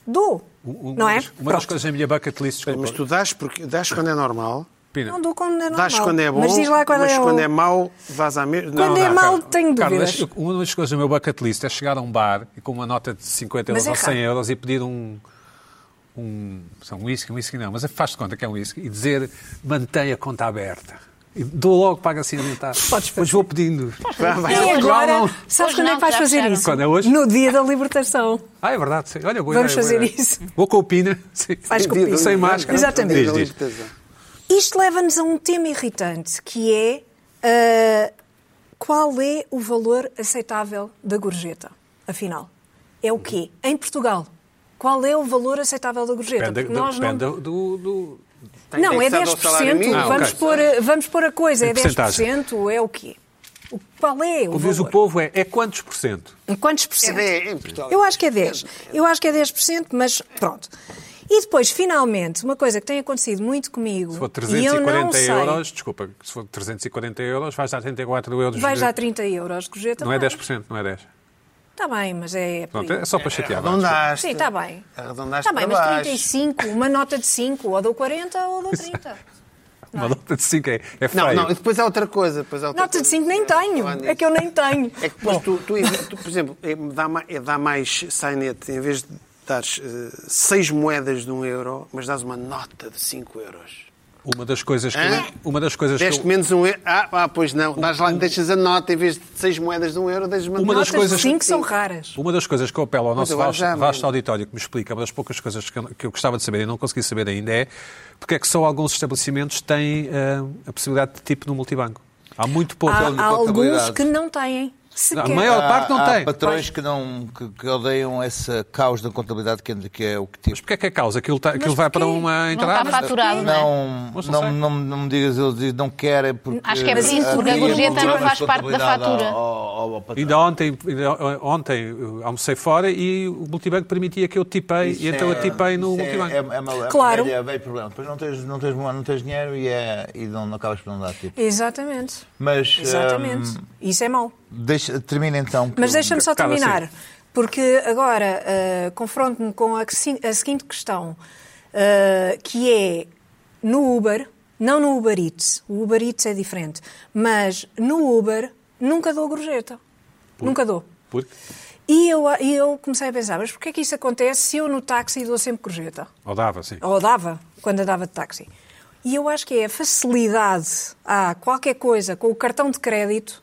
Speaker 3: dou.
Speaker 1: Um- um-
Speaker 3: não é?
Speaker 1: Uma das
Speaker 3: Pronto.
Speaker 1: coisas da minha bucket list, desculpa.
Speaker 2: Mas tu dás, porque, dás quando é normal,
Speaker 1: Pina.
Speaker 3: Não dou quando é normal.
Speaker 2: dás quando é bom,
Speaker 3: mas diz lá qual
Speaker 2: mas
Speaker 3: é o-
Speaker 2: quando é mau, vais à mesma...
Speaker 3: Quando é mau, tenho
Speaker 1: Carla,
Speaker 3: dúvidas.
Speaker 1: eu- uma das coisas do meu bucket list é chegar a um bar e com uma nota de 50 euros
Speaker 3: Mas é
Speaker 1: ou 100
Speaker 3: raro.
Speaker 1: euros e pedir um. um são um whisky, um whisky não, mas faz de conta que é um whisky e dizer mantenha a conta aberta. E dou logo paga (laughs) assim a alimentar.
Speaker 3: Podes
Speaker 1: Mas vou pedindo.
Speaker 2: vai.
Speaker 3: E
Speaker 1: Hoje
Speaker 3: agora,
Speaker 1: não.
Speaker 3: sabes
Speaker 4: Hoje
Speaker 3: quando é
Speaker 4: não,
Speaker 3: que vais
Speaker 4: já
Speaker 3: fazer
Speaker 4: fecharam.
Speaker 3: isso?
Speaker 1: Quando é hoje?
Speaker 3: No dia da libertação.
Speaker 1: Ah, é verdade. sim. Olha, boa
Speaker 3: Vamos
Speaker 1: ideia, boa
Speaker 3: fazer
Speaker 1: ideia.
Speaker 3: isso.
Speaker 1: Vou com o Pina. Sim.
Speaker 3: Faz com o Pina.
Speaker 1: Sem máscara.
Speaker 3: Exatamente.
Speaker 1: Diz, diz.
Speaker 3: Isto leva-nos a um tema irritante, que é ah, qual é o valor aceitável da gorjeta, afinal? É o quê? Em Portugal, qual é o valor aceitável da gorjeta?
Speaker 1: Depende,
Speaker 3: Porque
Speaker 1: do,
Speaker 3: Então, nós não-
Speaker 1: depende do- do-
Speaker 3: Não,
Speaker 2: tem que
Speaker 3: é
Speaker 2: ser do
Speaker 3: 10%.
Speaker 2: salário mínimo.
Speaker 1: Ah, ok.
Speaker 3: vamos, pôr, a- vamos pôr a coisa,
Speaker 1: Em
Speaker 3: é 10%,
Speaker 1: percentagem.
Speaker 3: é o quê? O- Qual é o
Speaker 1: Como diz o
Speaker 3: valor?
Speaker 1: povo, é, é quantos por cento?
Speaker 3: Quantos por cento?
Speaker 2: É 10, em Portugal.
Speaker 3: Eu acho que é 10. Eu acho que é 10%, mas pronto. E depois, finalmente, uma coisa que tem acontecido muito comigo.
Speaker 1: Se for
Speaker 3: e eu não
Speaker 1: 340
Speaker 3: sei,
Speaker 1: euros, desculpa, se for 340 euros, vais dar 34 euros.
Speaker 3: Vais
Speaker 1: de-
Speaker 3: dar 30 euros, gorjeta.
Speaker 1: eh, Não é 10%, não é 10%.
Speaker 3: Está bem, mas é. por
Speaker 1: Pronto,
Speaker 3: aí.
Speaker 1: é só para chatear. vá, desculpa.
Speaker 2: Arredondaste.
Speaker 3: Sim, está Tá bem.
Speaker 2: Arredondaste
Speaker 3: Está bem,
Speaker 2: para
Speaker 3: mas
Speaker 1: (laughs)
Speaker 2: baixo.
Speaker 3: 35, uma nota de 5, ou dou 40 ou dou 30.
Speaker 1: Uma nota de 5 é, é feio.
Speaker 2: Não, não, e depois há outra coisa. Depois há outra
Speaker 3: Nota de
Speaker 2: coisa.
Speaker 3: 5 nem tenho.
Speaker 2: Falar nisso.
Speaker 3: É que eu nem tenho.
Speaker 2: É que depois tu, tu, tu, por exemplo, eh, dá, ma- eh, dá mais sainete, em vez de dares eh, seis moedas de um euro, mas dás uma nota de cinco euros.
Speaker 1: Uma das coisas que.
Speaker 2: Hã?
Speaker 1: eu- Uma das coisas que. eu-
Speaker 2: Deste menos um euro. Ah, ah, pois não. Dás lá, deixas a nota, em vez de seis moedas de um euro, deixas uma
Speaker 1: Uma
Speaker 2: nota
Speaker 1: das
Speaker 3: Notas
Speaker 2: de
Speaker 1: coisas-
Speaker 3: de
Speaker 2: cinco.
Speaker 3: 5 são raras.
Speaker 1: Uma das coisas que eu apelo ao nosso
Speaker 2: agora
Speaker 1: vasto,
Speaker 2: já-
Speaker 1: vasto auditório que me explica, uma das poucas coisas que eu, que eu gostava de saber e não consegui saber ainda é porque é que só alguns estabelecimentos têm ah, a possibilidade de tipo no multibanco. Há muito pouco.
Speaker 3: Há,
Speaker 5: de
Speaker 3: há alguns
Speaker 5: contabilidade.
Speaker 3: que não têm.
Speaker 1: Não,
Speaker 3: Sequer.
Speaker 1: a maior parte não
Speaker 5: há
Speaker 1: tem.
Speaker 5: patrões que, não, que, que odeiam essa caos da contabilidade que, é- que é o que
Speaker 1: Mas
Speaker 5: tipo.
Speaker 1: porque é que é causa? Aquilo, tá- aquilo vai para
Speaker 3: porquê?
Speaker 1: uma
Speaker 4: Não está
Speaker 1: entrada.
Speaker 4: faturado, não é?
Speaker 5: Não,
Speaker 1: Mas Então, não
Speaker 5: não, não, não me digas, eles dizem, não querem porque...
Speaker 4: Acho que é
Speaker 5: Mas
Speaker 4: por isso, porque a
Speaker 5: havia
Speaker 4: gorjeta não
Speaker 5: problemas
Speaker 4: faz
Speaker 5: de
Speaker 4: parte da
Speaker 5: contabilidade
Speaker 4: fatura.
Speaker 5: ao- ao- ao patrão.
Speaker 1: Ainda ontem, ainda ontem eu almocei fora e o multibanco permitia que eu tipei,
Speaker 5: Isso
Speaker 1: e então
Speaker 5: é-
Speaker 1: eu tipei no
Speaker 5: isso é-
Speaker 1: multibanco.
Speaker 5: É, é, uma- é,
Speaker 3: Claro.
Speaker 5: É, velho problema. Depois não tens, não tens, não tens dinheiro e, é, e não, não acabas por não dar tipo.
Speaker 3: Exatamente.
Speaker 5: Mas
Speaker 3: Exatamente.
Speaker 5: hum,
Speaker 3: Isso é mau.
Speaker 5: deixa, termina então. que
Speaker 3: Mas
Speaker 5: eu-
Speaker 3: deixa-me só
Speaker 1: Acaba
Speaker 3: terminar, porque agora ah, confronto-me com a, que si- a seguinte questão, ah, que é no Uber, não no Uber Eats, o Uber Eats é diferente, mas no Uber nunca dou gorjeta. Nunca dou.
Speaker 1: Porque-
Speaker 3: E eu, e eu comecei a pensar, mas porquê é que isso acontece se eu no táxi dou sempre gorjeta?
Speaker 1: Ou dava, sim.
Speaker 3: ou dava, quando andava de táxi. E eu acho que é a facilidade a qualquer coisa com o cartão de crédito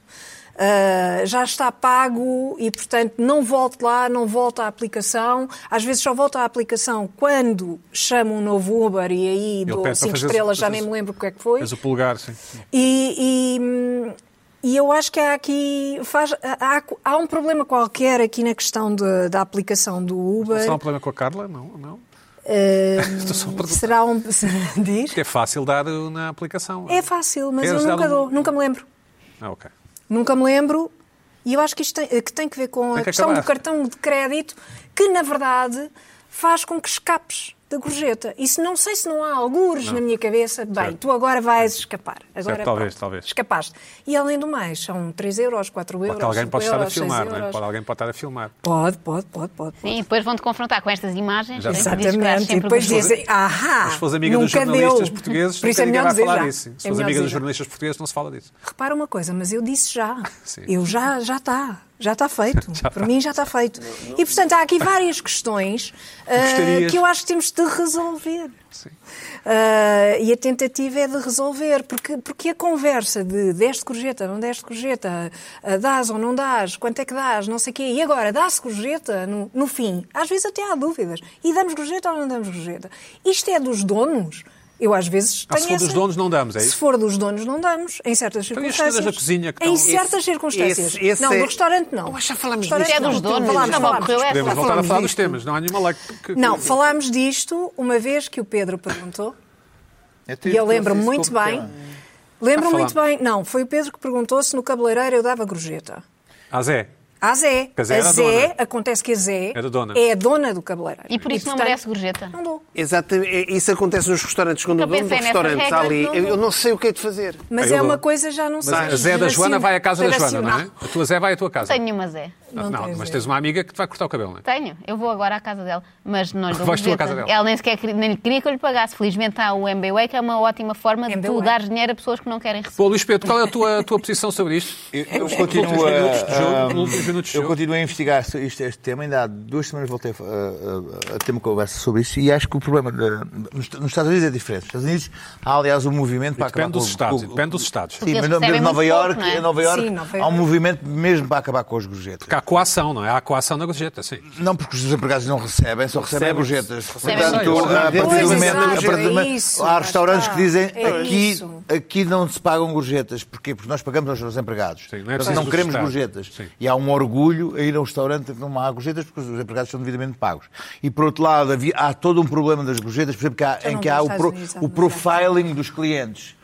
Speaker 3: ah, já está pago e, portanto, não volto lá, não volto à aplicação. Às vezes só volto à aplicação quando chamo um novo Uber e aí
Speaker 1: Ele
Speaker 3: dou
Speaker 1: pede para
Speaker 3: 5
Speaker 1: fazer-
Speaker 3: estrelas, já
Speaker 1: fazer-
Speaker 3: nem me lembro o que é que foi.
Speaker 1: Mas o polegar, sim.
Speaker 3: E, e, hum, e eu acho que há aqui faz, há, há um problema qualquer aqui na questão de- da aplicação do Uber.
Speaker 1: Será um problema com a Carla? Não, não.
Speaker 3: Hum,
Speaker 1: (laughs) Estou só a perguntar.
Speaker 3: será um. (laughs) Diz?
Speaker 1: Porque é fácil dar uh, na aplicação.
Speaker 3: É fácil, mas
Speaker 1: Queres
Speaker 3: eu nunca
Speaker 1: dar um-
Speaker 3: dou, nunca me lembro.
Speaker 1: Ah, ok.
Speaker 3: Nunca me lembro. E eu acho que isto tem, eh, que tem que ver com
Speaker 1: Tem
Speaker 3: a
Speaker 1: que
Speaker 3: questão
Speaker 1: acabar.
Speaker 3: do cartão de crédito, que na verdade faz com que escapes da gorjeta. E se não sei se não há algures na minha cabeça, bem,
Speaker 1: Certo.
Speaker 3: tu agora vais escapar. Agora,
Speaker 1: Certo, talvez,
Speaker 3: pronto,
Speaker 1: talvez.
Speaker 3: Escapaste. E além do mais, são 3 euros, 4 euros.
Speaker 1: Porque alguém
Speaker 3: 5
Speaker 1: pode estar a
Speaker 3: euros, 6
Speaker 1: filmar, não é?
Speaker 3: euros.
Speaker 1: Pode, alguém pode estar a filmar.
Speaker 3: Pode, pode, pode, pode.
Speaker 4: Sim, e depois vão-te confrontar com estas imagens.
Speaker 1: Já
Speaker 4: em que dizes É que é dás
Speaker 3: Exatamente.
Speaker 4: sempre
Speaker 3: E depois
Speaker 4: gorjeta.
Speaker 3: dizem, ahá,
Speaker 1: Mas se fosse amiga dos
Speaker 3: Ah, nunca
Speaker 1: jornalistas
Speaker 3: deu.
Speaker 1: portugueses,
Speaker 3: Por isso é
Speaker 1: nunca ninguém
Speaker 3: melhor
Speaker 1: vai
Speaker 3: dizer
Speaker 1: falar
Speaker 3: já.
Speaker 1: disso. Se
Speaker 3: É
Speaker 1: fosse
Speaker 3: melhor
Speaker 1: amiga dos
Speaker 3: dizer já.
Speaker 1: jornalistas portugueses, não se fala disso.
Speaker 3: Repara uma coisa, mas eu disse já.
Speaker 1: (laughs) Sim. tá.
Speaker 3: Eu já já está. Já está
Speaker 1: (laughs)
Speaker 3: feito. Por mim já está feito. E portanto há aqui
Speaker 1: (laughs)
Speaker 3: várias questões ah,
Speaker 1: Gostarias?
Speaker 3: que eu acho que temos de resolver.
Speaker 1: Sim.
Speaker 3: Ah, e a tentativa é de resolver, porque, porque a conversa de deste gorjeta, não deste gorjeta, ah, dás ou não dás, quanto é que dás, não sei o quê, e agora dá-se gorjeta no, no fim, às vezes até há dúvidas. E damos gorjeta ou não damos gorjeta? Isto é dos donos? Eu às vezes
Speaker 1: Ah, se
Speaker 3: tenho
Speaker 1: for dos
Speaker 3: essa-
Speaker 1: donos, não damos, é isso?
Speaker 3: Se for dos donos, não damos, em certas
Speaker 1: Então, e as
Speaker 3: circunstâncias.
Speaker 1: senhoras da cozinha que
Speaker 3: em
Speaker 1: estão-
Speaker 3: certas
Speaker 2: Esse-
Speaker 3: circunstâncias.
Speaker 2: esse- esse
Speaker 3: não,
Speaker 2: é-
Speaker 3: no restaurante não.
Speaker 2: Oh, já falámos
Speaker 3: Restaurante
Speaker 2: disso.
Speaker 4: É
Speaker 3: não.
Speaker 4: dos donos,
Speaker 3: Falámos,
Speaker 4: não me
Speaker 3: falámos.
Speaker 4: ocorreu essa.
Speaker 1: Podemos
Speaker 4: Já
Speaker 1: voltar a
Speaker 2: falámos
Speaker 1: falar dos
Speaker 2: disto.
Speaker 1: temas, não há nenhuma lei que- que.
Speaker 3: Não, falámos disto uma vez que o Pedro perguntou.
Speaker 5: Eu tenho-
Speaker 3: E eu lembro-me
Speaker 5: trouxe isso
Speaker 3: muito
Speaker 5: como é.
Speaker 3: bem.
Speaker 5: tema.
Speaker 1: Ah,
Speaker 3: Lembro-me muito
Speaker 1: falámos.
Speaker 3: bem. Não, foi o Pedro que perguntou se no cabeleireiro eu dava gorjeta.
Speaker 1: Ah, Zé.
Speaker 3: A Zé.
Speaker 1: Que a Zé
Speaker 3: a
Speaker 1: era a
Speaker 3: Zé,
Speaker 1: dona.
Speaker 3: acontece que a Zé
Speaker 1: Era dona.
Speaker 3: é a dona do cabeleireiro.
Speaker 4: E por isso não
Speaker 3: portanto,
Speaker 4: merece gorjeta.
Speaker 3: Não dou.
Speaker 2: Exatamente. é, Isso acontece nos restaurantes. Quando o
Speaker 4: Nunca
Speaker 2: dono do
Speaker 4: pensei nessas
Speaker 2: restaurante está ali,
Speaker 4: regras, não-
Speaker 2: eu não sei o que é de fazer.
Speaker 3: Mas
Speaker 1: Eu
Speaker 3: é
Speaker 1: dou.
Speaker 3: uma coisa já não
Speaker 1: Mas a
Speaker 3: sei.
Speaker 1: Zé da Joana vai à casa da Joana, não é?
Speaker 3: geracional.
Speaker 1: A tua Zé vai à tua casa.
Speaker 4: Não tenho nenhuma Zé.
Speaker 1: Não,
Speaker 3: Não tens
Speaker 1: mas
Speaker 3: Zé.
Speaker 1: tens uma amiga que te vai cortar o cabelo, não é?
Speaker 4: Tenho, eu vou agora à casa dela, mas não lhe dou
Speaker 1: Vais tu à
Speaker 4: gorjeta.
Speaker 1: casa dela?
Speaker 4: Ela nem sequer queria, nem lhe queria que eu lhe pagasse. Felizmente há o MBWay, que é uma ótima forma de tu
Speaker 3: MBWay.
Speaker 4: dares dinheiro a pessoas que não querem receber.
Speaker 1: Pô, Luís Pedro, qual é a tua, a tua posição sobre isto?
Speaker 5: Eu, eu
Speaker 1: Nos últimos
Speaker 5: continuo
Speaker 1: minutos de jogo,
Speaker 5: a, ehm,
Speaker 1: nos últimos minutos de
Speaker 5: eu
Speaker 1: jogo.
Speaker 5: continuo a investigar isto- isto- este tema. Ainda há duas semanas voltei a, a- a ter uma conversa sobre isto e acho que o problema da- nos, nos Estados Unidos é diferente. Nos Estados Unidos há, aliás, um movimento para acabar
Speaker 1: Depende
Speaker 5: com
Speaker 1: dos
Speaker 5: com-
Speaker 1: estados,
Speaker 5: com-
Speaker 1: depende dos estados.
Speaker 5: Sim, mas
Speaker 4: Eles recebem
Speaker 5: em Nova
Speaker 4: muito pouco,
Speaker 5: York,
Speaker 4: não é?
Speaker 5: em Nova York
Speaker 3: Sim, Nova
Speaker 5: há um
Speaker 3: York.
Speaker 5: movimento mesmo para acabar com as gorjetas.
Speaker 1: Porque há coação, não é? Há coação na gorjeta, sim.
Speaker 5: Não porque os empregados não recebem, só recebem
Speaker 1: Recebem.
Speaker 5: gorjetas.
Speaker 1: Recebem.
Speaker 5: Portanto,
Speaker 1: Recebem.
Speaker 5: a partir do
Speaker 3: Pois,
Speaker 5: momento- a
Speaker 3: exato,
Speaker 5: partir do
Speaker 3: é
Speaker 5: momento-
Speaker 3: isso,
Speaker 5: há
Speaker 3: lá
Speaker 5: restaurantes
Speaker 3: está.
Speaker 5: que dizem
Speaker 3: É
Speaker 5: aqui,
Speaker 3: isso.
Speaker 5: aqui não se pagam gorjetas. Porquê? Porque nós pagamos aos nossos empregados.
Speaker 1: Sim, não é
Speaker 5: Portanto,
Speaker 1: preciso
Speaker 5: não
Speaker 1: do
Speaker 5: queremos
Speaker 1: Estado.
Speaker 5: gorjetas.
Speaker 1: Sim.
Speaker 5: E há um orgulho a ir a um restaurante que não há gorjetas porque os empregados são devidamente pagos. E por outro lado, havia- há todo um problema das gorjetas, por exemplo, que há-
Speaker 3: Já
Speaker 5: em
Speaker 3: não
Speaker 5: que
Speaker 3: vou
Speaker 5: há
Speaker 3: aos
Speaker 5: o,
Speaker 3: Estados
Speaker 5: pro-
Speaker 3: Unidos, é já
Speaker 5: o
Speaker 3: não sei.
Speaker 5: profiling dos clientes.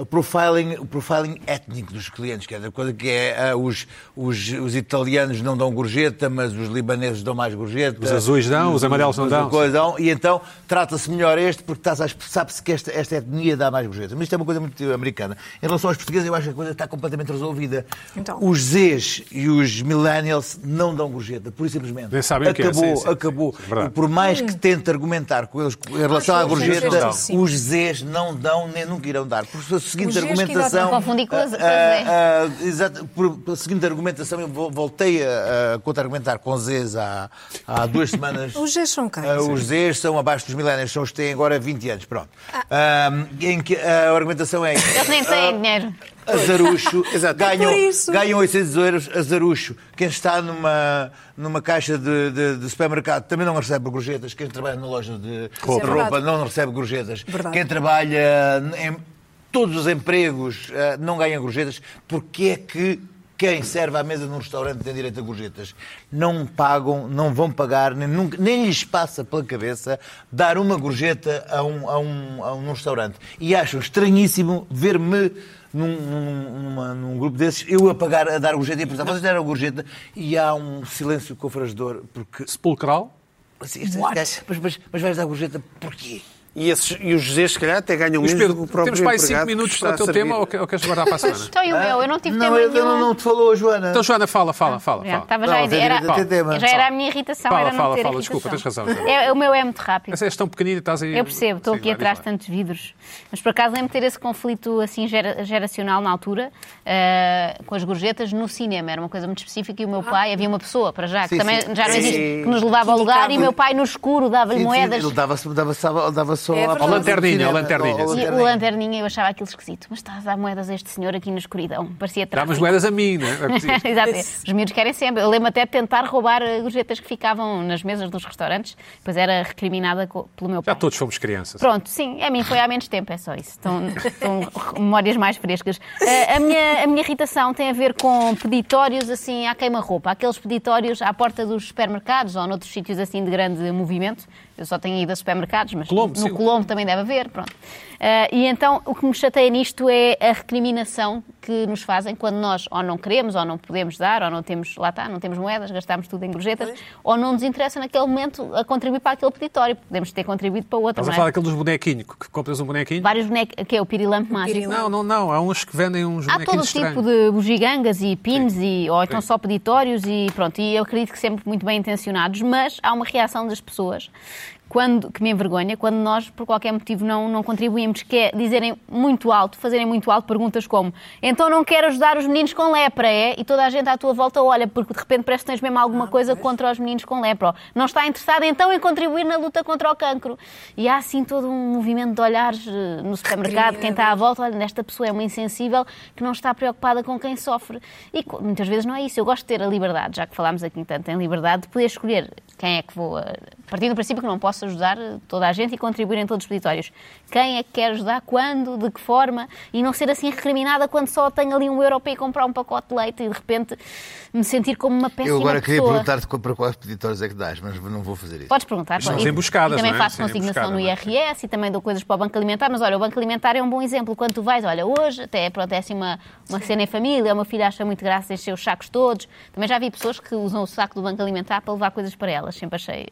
Speaker 5: o profiling, o profiling étnico dos clientes, que é da coisa que é ah, os, os, os italianos não dão gorjeta, mas os libaneses dão mais gorjeta.
Speaker 1: Os azuis dão, os amarelos não
Speaker 5: Mas a
Speaker 1: dão.
Speaker 5: coisa dão, E então trata-se melhor este, porque estás às- sabe-se que esta, esta etnia dá mais gorjeta. Mas isto é uma coisa muito americana. Em relação aos portugueses, eu acho que a coisa está completamente resolvida.
Speaker 3: Então.
Speaker 5: Os Zs e os millennials não dão gorjeta, por simplesmente.
Speaker 1: Nem sabem o que é.
Speaker 5: acabou,
Speaker 1: Sim, sim, sim.
Speaker 5: acabou.
Speaker 1: Verdade.
Speaker 5: E por mais que tente argumentar com eles em relação à
Speaker 3: Os Zs dão.
Speaker 5: gorjeta,
Speaker 3: Sim.
Speaker 5: os Zs não dão nem nunca irão dar. Por sua
Speaker 3: Os
Speaker 5: seguinte
Speaker 3: Zs que ainda
Speaker 5: argumentação.
Speaker 4: não confundi com as- com as
Speaker 5: ah,
Speaker 4: Zs.
Speaker 5: ah, exato, por, pela seguinte argumentação, eu vo- voltei a, a contra-argumentar com Zs há, há duas semanas.
Speaker 3: Os Zs são quem?
Speaker 5: Ah, os Zs são abaixo dos milénios, são os que têm agora 20 anos, pronto. Ah, em que a argumentação é
Speaker 4: Eles nem têm dinheiro.
Speaker 3: (laughs)
Speaker 5: Azarucho,
Speaker 2: Exato.
Speaker 5: ganham,
Speaker 3: Por isso.
Speaker 5: ganham 800 euros Azarucho. Quem está numa, numa caixa de, de- de supermercado também não recebe gorjetas. Quem trabalha na loja de
Speaker 3: Roupa.
Speaker 5: roupa,
Speaker 3: Isso é verdade.
Speaker 5: não recebe gorjetas.
Speaker 3: Verdade.
Speaker 5: Quem trabalha em todos os empregos ah, não ganha gorjetas. Porque é que quem serve à mesa num restaurante tem direito a gorjetas? Não pagam, não vão pagar, nem, nunca- nem lhes passa pela cabeça dar uma gorjeta a um, a um, a um, num restaurante. E acham estranhíssimo ver-me num, num- numa- num grupo desses, eu a pagar, a dar gorjeta e a perguntar, vocês deram gorjeta? E há um silêncio confrangedor, porque...
Speaker 1: Sepulcral.
Speaker 5: Mas, isto- é-
Speaker 3: What?
Speaker 5: mas, mas, mas vais dar gorjeta porquê?
Speaker 2: E, esses, e os Zés, se calhar, até ganham
Speaker 1: Luís
Speaker 2: menos
Speaker 1: Pedro,
Speaker 2: do que o próprio
Speaker 1: temos para aí
Speaker 2: empregado
Speaker 1: 5
Speaker 2: que
Speaker 1: minutos para
Speaker 2: está
Speaker 1: o
Speaker 2: a
Speaker 1: teu
Speaker 2: servir.
Speaker 1: tema ou, que- ou queres guardar para a
Speaker 4: (laughs)
Speaker 1: semana?
Speaker 4: Então e o meu? Eu não tive
Speaker 5: não,
Speaker 4: tempo
Speaker 5: eu-
Speaker 4: nenhum.
Speaker 5: não, não te falou a Joana.
Speaker 1: Então, Joana, fala, fala, fala.
Speaker 4: Já,
Speaker 1: fala.
Speaker 4: estava
Speaker 5: Não,
Speaker 4: já,
Speaker 5: tem
Speaker 4: era,
Speaker 5: direito a ter tema.
Speaker 4: já era a minha irritação.
Speaker 1: Fala,
Speaker 4: era não
Speaker 1: fala,
Speaker 4: ter
Speaker 1: fala,
Speaker 4: irritação.
Speaker 1: desculpa, tens razão, Joana.
Speaker 4: É, o meu é muito rápido.
Speaker 1: Mas és tão pequenino, estás aí.
Speaker 4: Eu percebo, estou
Speaker 1: Sim,
Speaker 4: aqui
Speaker 1: vai,
Speaker 4: atrás de
Speaker 1: diz lá.
Speaker 4: tantos vidros. Mas por acaso lembro de ter esse conflito assim, gera- geracional na altura, eh, com as gorjetas no cinema. Era uma coisa muito específica e o meu pai, havia uma pessoa para já, que
Speaker 5: Sim,
Speaker 4: também
Speaker 5: sim.
Speaker 4: já não
Speaker 5: Sim.
Speaker 4: existe, que nos levava ao lugar e o meu pai no escuro dava-lhe
Speaker 5: Sim, sim,
Speaker 4: moedas.
Speaker 5: Ele dava, dava, dava, dava só
Speaker 3: É
Speaker 5: a-
Speaker 3: verdade. Ao
Speaker 1: lanterninha, ao lanterninha,
Speaker 5: Ao- ao
Speaker 1: sim.
Speaker 4: E o lanterninha, eu achava aquilo esquisito. Mas estás a dar moedas a este senhor aqui na escuridão. Parecia
Speaker 1: Dá umas
Speaker 4: tráfico.
Speaker 1: moedas a mim, não é? é?
Speaker 4: (laughs)
Speaker 1: preciso.
Speaker 4: Exato. Os miúdos querem sempre. Eu lembro até de tentar roubar eh, gorjetas que ficavam nas mesas dos restaurantes, pois era recriminada co- pelo meu pai.
Speaker 1: Já todos fomos crianças.
Speaker 4: Pronto, sim, a mim foi há menos tempo, é só isso. Estão, estão (laughs) memórias mais frescas. Eh, A minha, a minha irritação tem a ver com peditórios assim à queima-roupa. Aqueles peditórios à porta dos supermercados ou noutros sítios assim de grande movimento. Eu só tenho ido a supermercados, mas
Speaker 1: Colombo,
Speaker 4: no
Speaker 1: sim.
Speaker 4: Colombo também deve haver. Pronto. Eh, e então o que me chateia nisto é a recriminação que nos fazem quando nós ou não queremos, ou não podemos dar, ou não temos, lá está, não temos moedas, gastámos tudo em gorjetas, ou não nos interessa naquele momento a contribuir para aquele peditório. Podemos ter contribuído para outro.
Speaker 1: Estás
Speaker 4: não
Speaker 1: a
Speaker 4: é?
Speaker 1: falar daquele dos bonequinhos, que que compras um bonequinho.
Speaker 4: Vários bonecos, que é o pirilampo mágico.
Speaker 3: Pirilampo.
Speaker 1: Não, não, não. Há uns que vendem uns
Speaker 4: Há todo o
Speaker 1: bonequinhos
Speaker 4: tipo
Speaker 1: estranhos.
Speaker 4: de bugigangas e pins, e, ou então
Speaker 1: Sim.
Speaker 4: só peditórios, e pronto. E eu acredito que sempre muito bem intencionados, mas há uma reação das pessoas quando, que me envergonha quando nós, por qualquer motivo, não, não contribuímos, que é dizerem muito alto, fazerem muito alto perguntas como então não quero ajudar os meninos com lepra, é? E toda a gente à tua volta olha, porque de repente parece que tens mesmo alguma coisa contra os meninos com lepra. Ou, Não está interessado então em contribuir na luta contra o cancro. E há assim todo um movimento de olhares eh, no supermercado, quem está à volta, olha, esta pessoa é uma insensível que não está preocupada com quem sofre. E co- muitas vezes não é isso. Eu gosto de ter a liberdade, já que falámos aqui tanto em liberdade, de poder escolher quem é que vou. eh, Partindo do princípio que não posso ajudar eh, toda a gente e contribuir em todos os peditórios. Quem é que quer ajudar, quando, de que forma, e não ser assim recriminada quando só tenho ali um euro para ir comprar um pacote de leite e de repente me sentir como É assim uma péssima
Speaker 5: Eu agora queria
Speaker 4: pessoa.
Speaker 5: perguntar-te qual- para quais peditórios é que dás, mas não vou fazer isso.
Speaker 4: Podes perguntar.
Speaker 1: São
Speaker 4: claro.
Speaker 1: as
Speaker 4: E-
Speaker 1: emboscadas,
Speaker 4: e também
Speaker 1: não é?
Speaker 4: faço
Speaker 1: Sim,
Speaker 4: consignação no
Speaker 1: emboscada,
Speaker 4: IRS e também dou coisas para o Banco Alimentar, mas olha, o Banco Alimentar é um bom exemplo. Quando tu vais, olha, hoje até pronto, é assim uma, uma cena em família, o meu filho acha muito graça encher os sacos todos. Também já vi pessoas que usam o saco do Banco Alimentar para levar coisas para elas. Sempre achei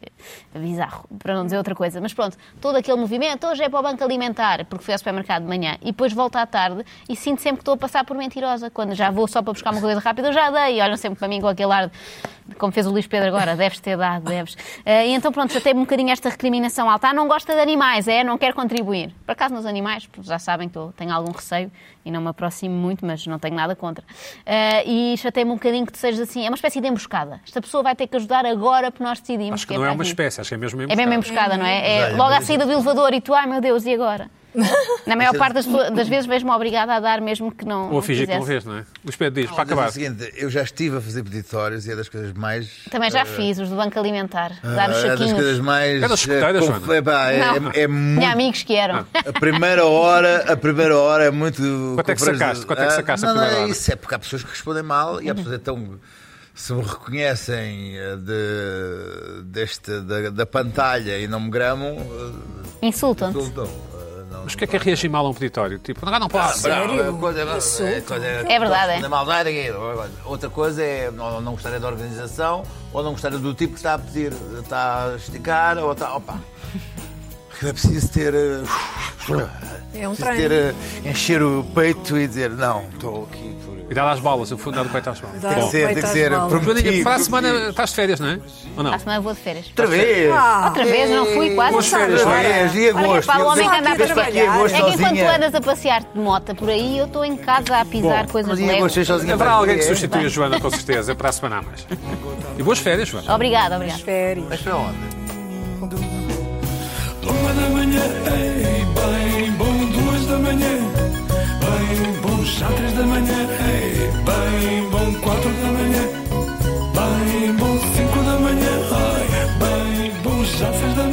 Speaker 4: bizarro, para não dizer outra coisa. Mas pronto, todo aquele movimento hoje é para o Banco Alimentar, porque fui ao supermercado de manhã e depois volto à tarde e sinto sempre que estou a passar por mentirosa. Quando já vou só para buscar uma coisa rápida, eu já dei. Olham sempre para mim com aquele ar de como fez o Luís Pedro agora, deves ter dado, deves. Eh, e então, pronto, já teve um bocadinho esta recriminação alta. Ah, não gosta de animais, é? Não quer contribuir. Por acaso, nos animais, porque já sabem que eu tenho algum receio e não me aproximo muito, mas não tenho nada contra. Eh, e chatei-me um bocadinho que tu sejas assim, é uma espécie de emboscada. Esta pessoa vai ter que ajudar agora porque nós decidimos.
Speaker 1: Acho que
Speaker 4: é
Speaker 1: não é
Speaker 4: para
Speaker 1: uma
Speaker 4: aqui.
Speaker 1: espécie, acho que é mesmo
Speaker 4: É mesmo
Speaker 1: emboscada.
Speaker 4: emboscada, não é? é
Speaker 5: Olha,
Speaker 4: logo à
Speaker 5: mas-
Speaker 4: saída do elevador e tu, ai meu Deus, e
Speaker 5: (laughs)
Speaker 4: agora? Na maior parte das, pessoas- das vezes vejo-me obrigada a dar, mesmo que não.
Speaker 1: Ou a fingir que não vês,
Speaker 4: quisesse.
Speaker 1: não é? Luís Pedro diz, para
Speaker 5: Mas é
Speaker 1: acabar.
Speaker 5: o seguinte, eu já estive a fazer peditórios e é das coisas mais.
Speaker 4: Também já fiz, os do Banco Alimentar. Dar os
Speaker 5: é das coisas
Speaker 4: saquinhos.
Speaker 5: mais.
Speaker 1: É das escuteiras,
Speaker 5: eh,
Speaker 1: Joana?
Speaker 5: conf- eh, pá, é,
Speaker 4: Não.
Speaker 5: é-
Speaker 4: (laughs)
Speaker 5: é
Speaker 4: Tinha
Speaker 5: muito. Ah.
Speaker 4: amigos que eram.
Speaker 5: A primeira hora, a primeira hora é muito.
Speaker 1: Quanto é que sacaste? Quanto é que
Speaker 5: Ah,
Speaker 1: sacaste a
Speaker 5: não, não,
Speaker 1: primeira
Speaker 5: é
Speaker 1: hora?
Speaker 5: Isso é porque há pessoas que respondem mal
Speaker 4: Uhum.
Speaker 5: e há pessoas então se me reconhecem eh, de, deste, da, da pantalha e não me gramam, eh,
Speaker 4: Insultam-te.
Speaker 5: insultam. Eh, não-
Speaker 1: Mas o que é que é reagir mal a um peditório? Tipo, não, não posso.
Speaker 3: Sério?
Speaker 5: Não, é coisa-
Speaker 3: Isso?
Speaker 5: é, coisa-
Speaker 4: É verdade, é.
Speaker 5: Na maldade, é. outra coisa é não, não gostaria da organização ou não gostaria do tipo que está a pedir, está a esticar ou está. Opa! (laughs) É preciso ter. eh,
Speaker 3: É um
Speaker 5: preciso
Speaker 3: treino.
Speaker 5: ter, eh, encher o peito e dizer: Não, estou aqui por.
Speaker 4: Tá,
Speaker 1: E dá às balas, o fundo dá do peito às balas.
Speaker 3: Dá.
Speaker 5: Tem que
Speaker 1: Bom,
Speaker 5: ser, tem que ser.
Speaker 3: Peito às balas.
Speaker 1: Joaninha,
Speaker 5: prometido.
Speaker 1: para a semana estás de férias, não é? Ou não?
Speaker 4: À semana vou de férias.
Speaker 5: Outra vez!
Speaker 3: Ah,
Speaker 4: Outra vez, não fui quase.
Speaker 1: Boas férias,
Speaker 4: Ah, Olha,
Speaker 5: Férias, É e
Speaker 4: olha,
Speaker 5: agosto.
Speaker 4: pá, o homem que
Speaker 5: Vês
Speaker 4: anda a
Speaker 5: para aqui
Speaker 3: trabalhar.
Speaker 5: agosto
Speaker 4: É que enquanto tu
Speaker 5: sozinha.
Speaker 4: andas a passear de moto por aí, eu estou em casa a pisar
Speaker 5: Bom,
Speaker 4: coisas
Speaker 5: mas e agosto,
Speaker 4: leves.
Speaker 5: és sozinha
Speaker 1: Haverá
Speaker 5: para
Speaker 1: alguém que
Speaker 5: aqui, é?
Speaker 1: substitua a Joana, com certeza, para a semana a mais. E boas férias, Joana.
Speaker 4: Obrigada, obrigada.
Speaker 3: As férias.
Speaker 5: Mas para onde?
Speaker 7: Uma da manhã, ei, bem bom, duas da manhã, bem bom, já três da manhã, ei, bem bom, quatro da manhã, bem bom, cinco da manhã, ai, bem bom, já seis da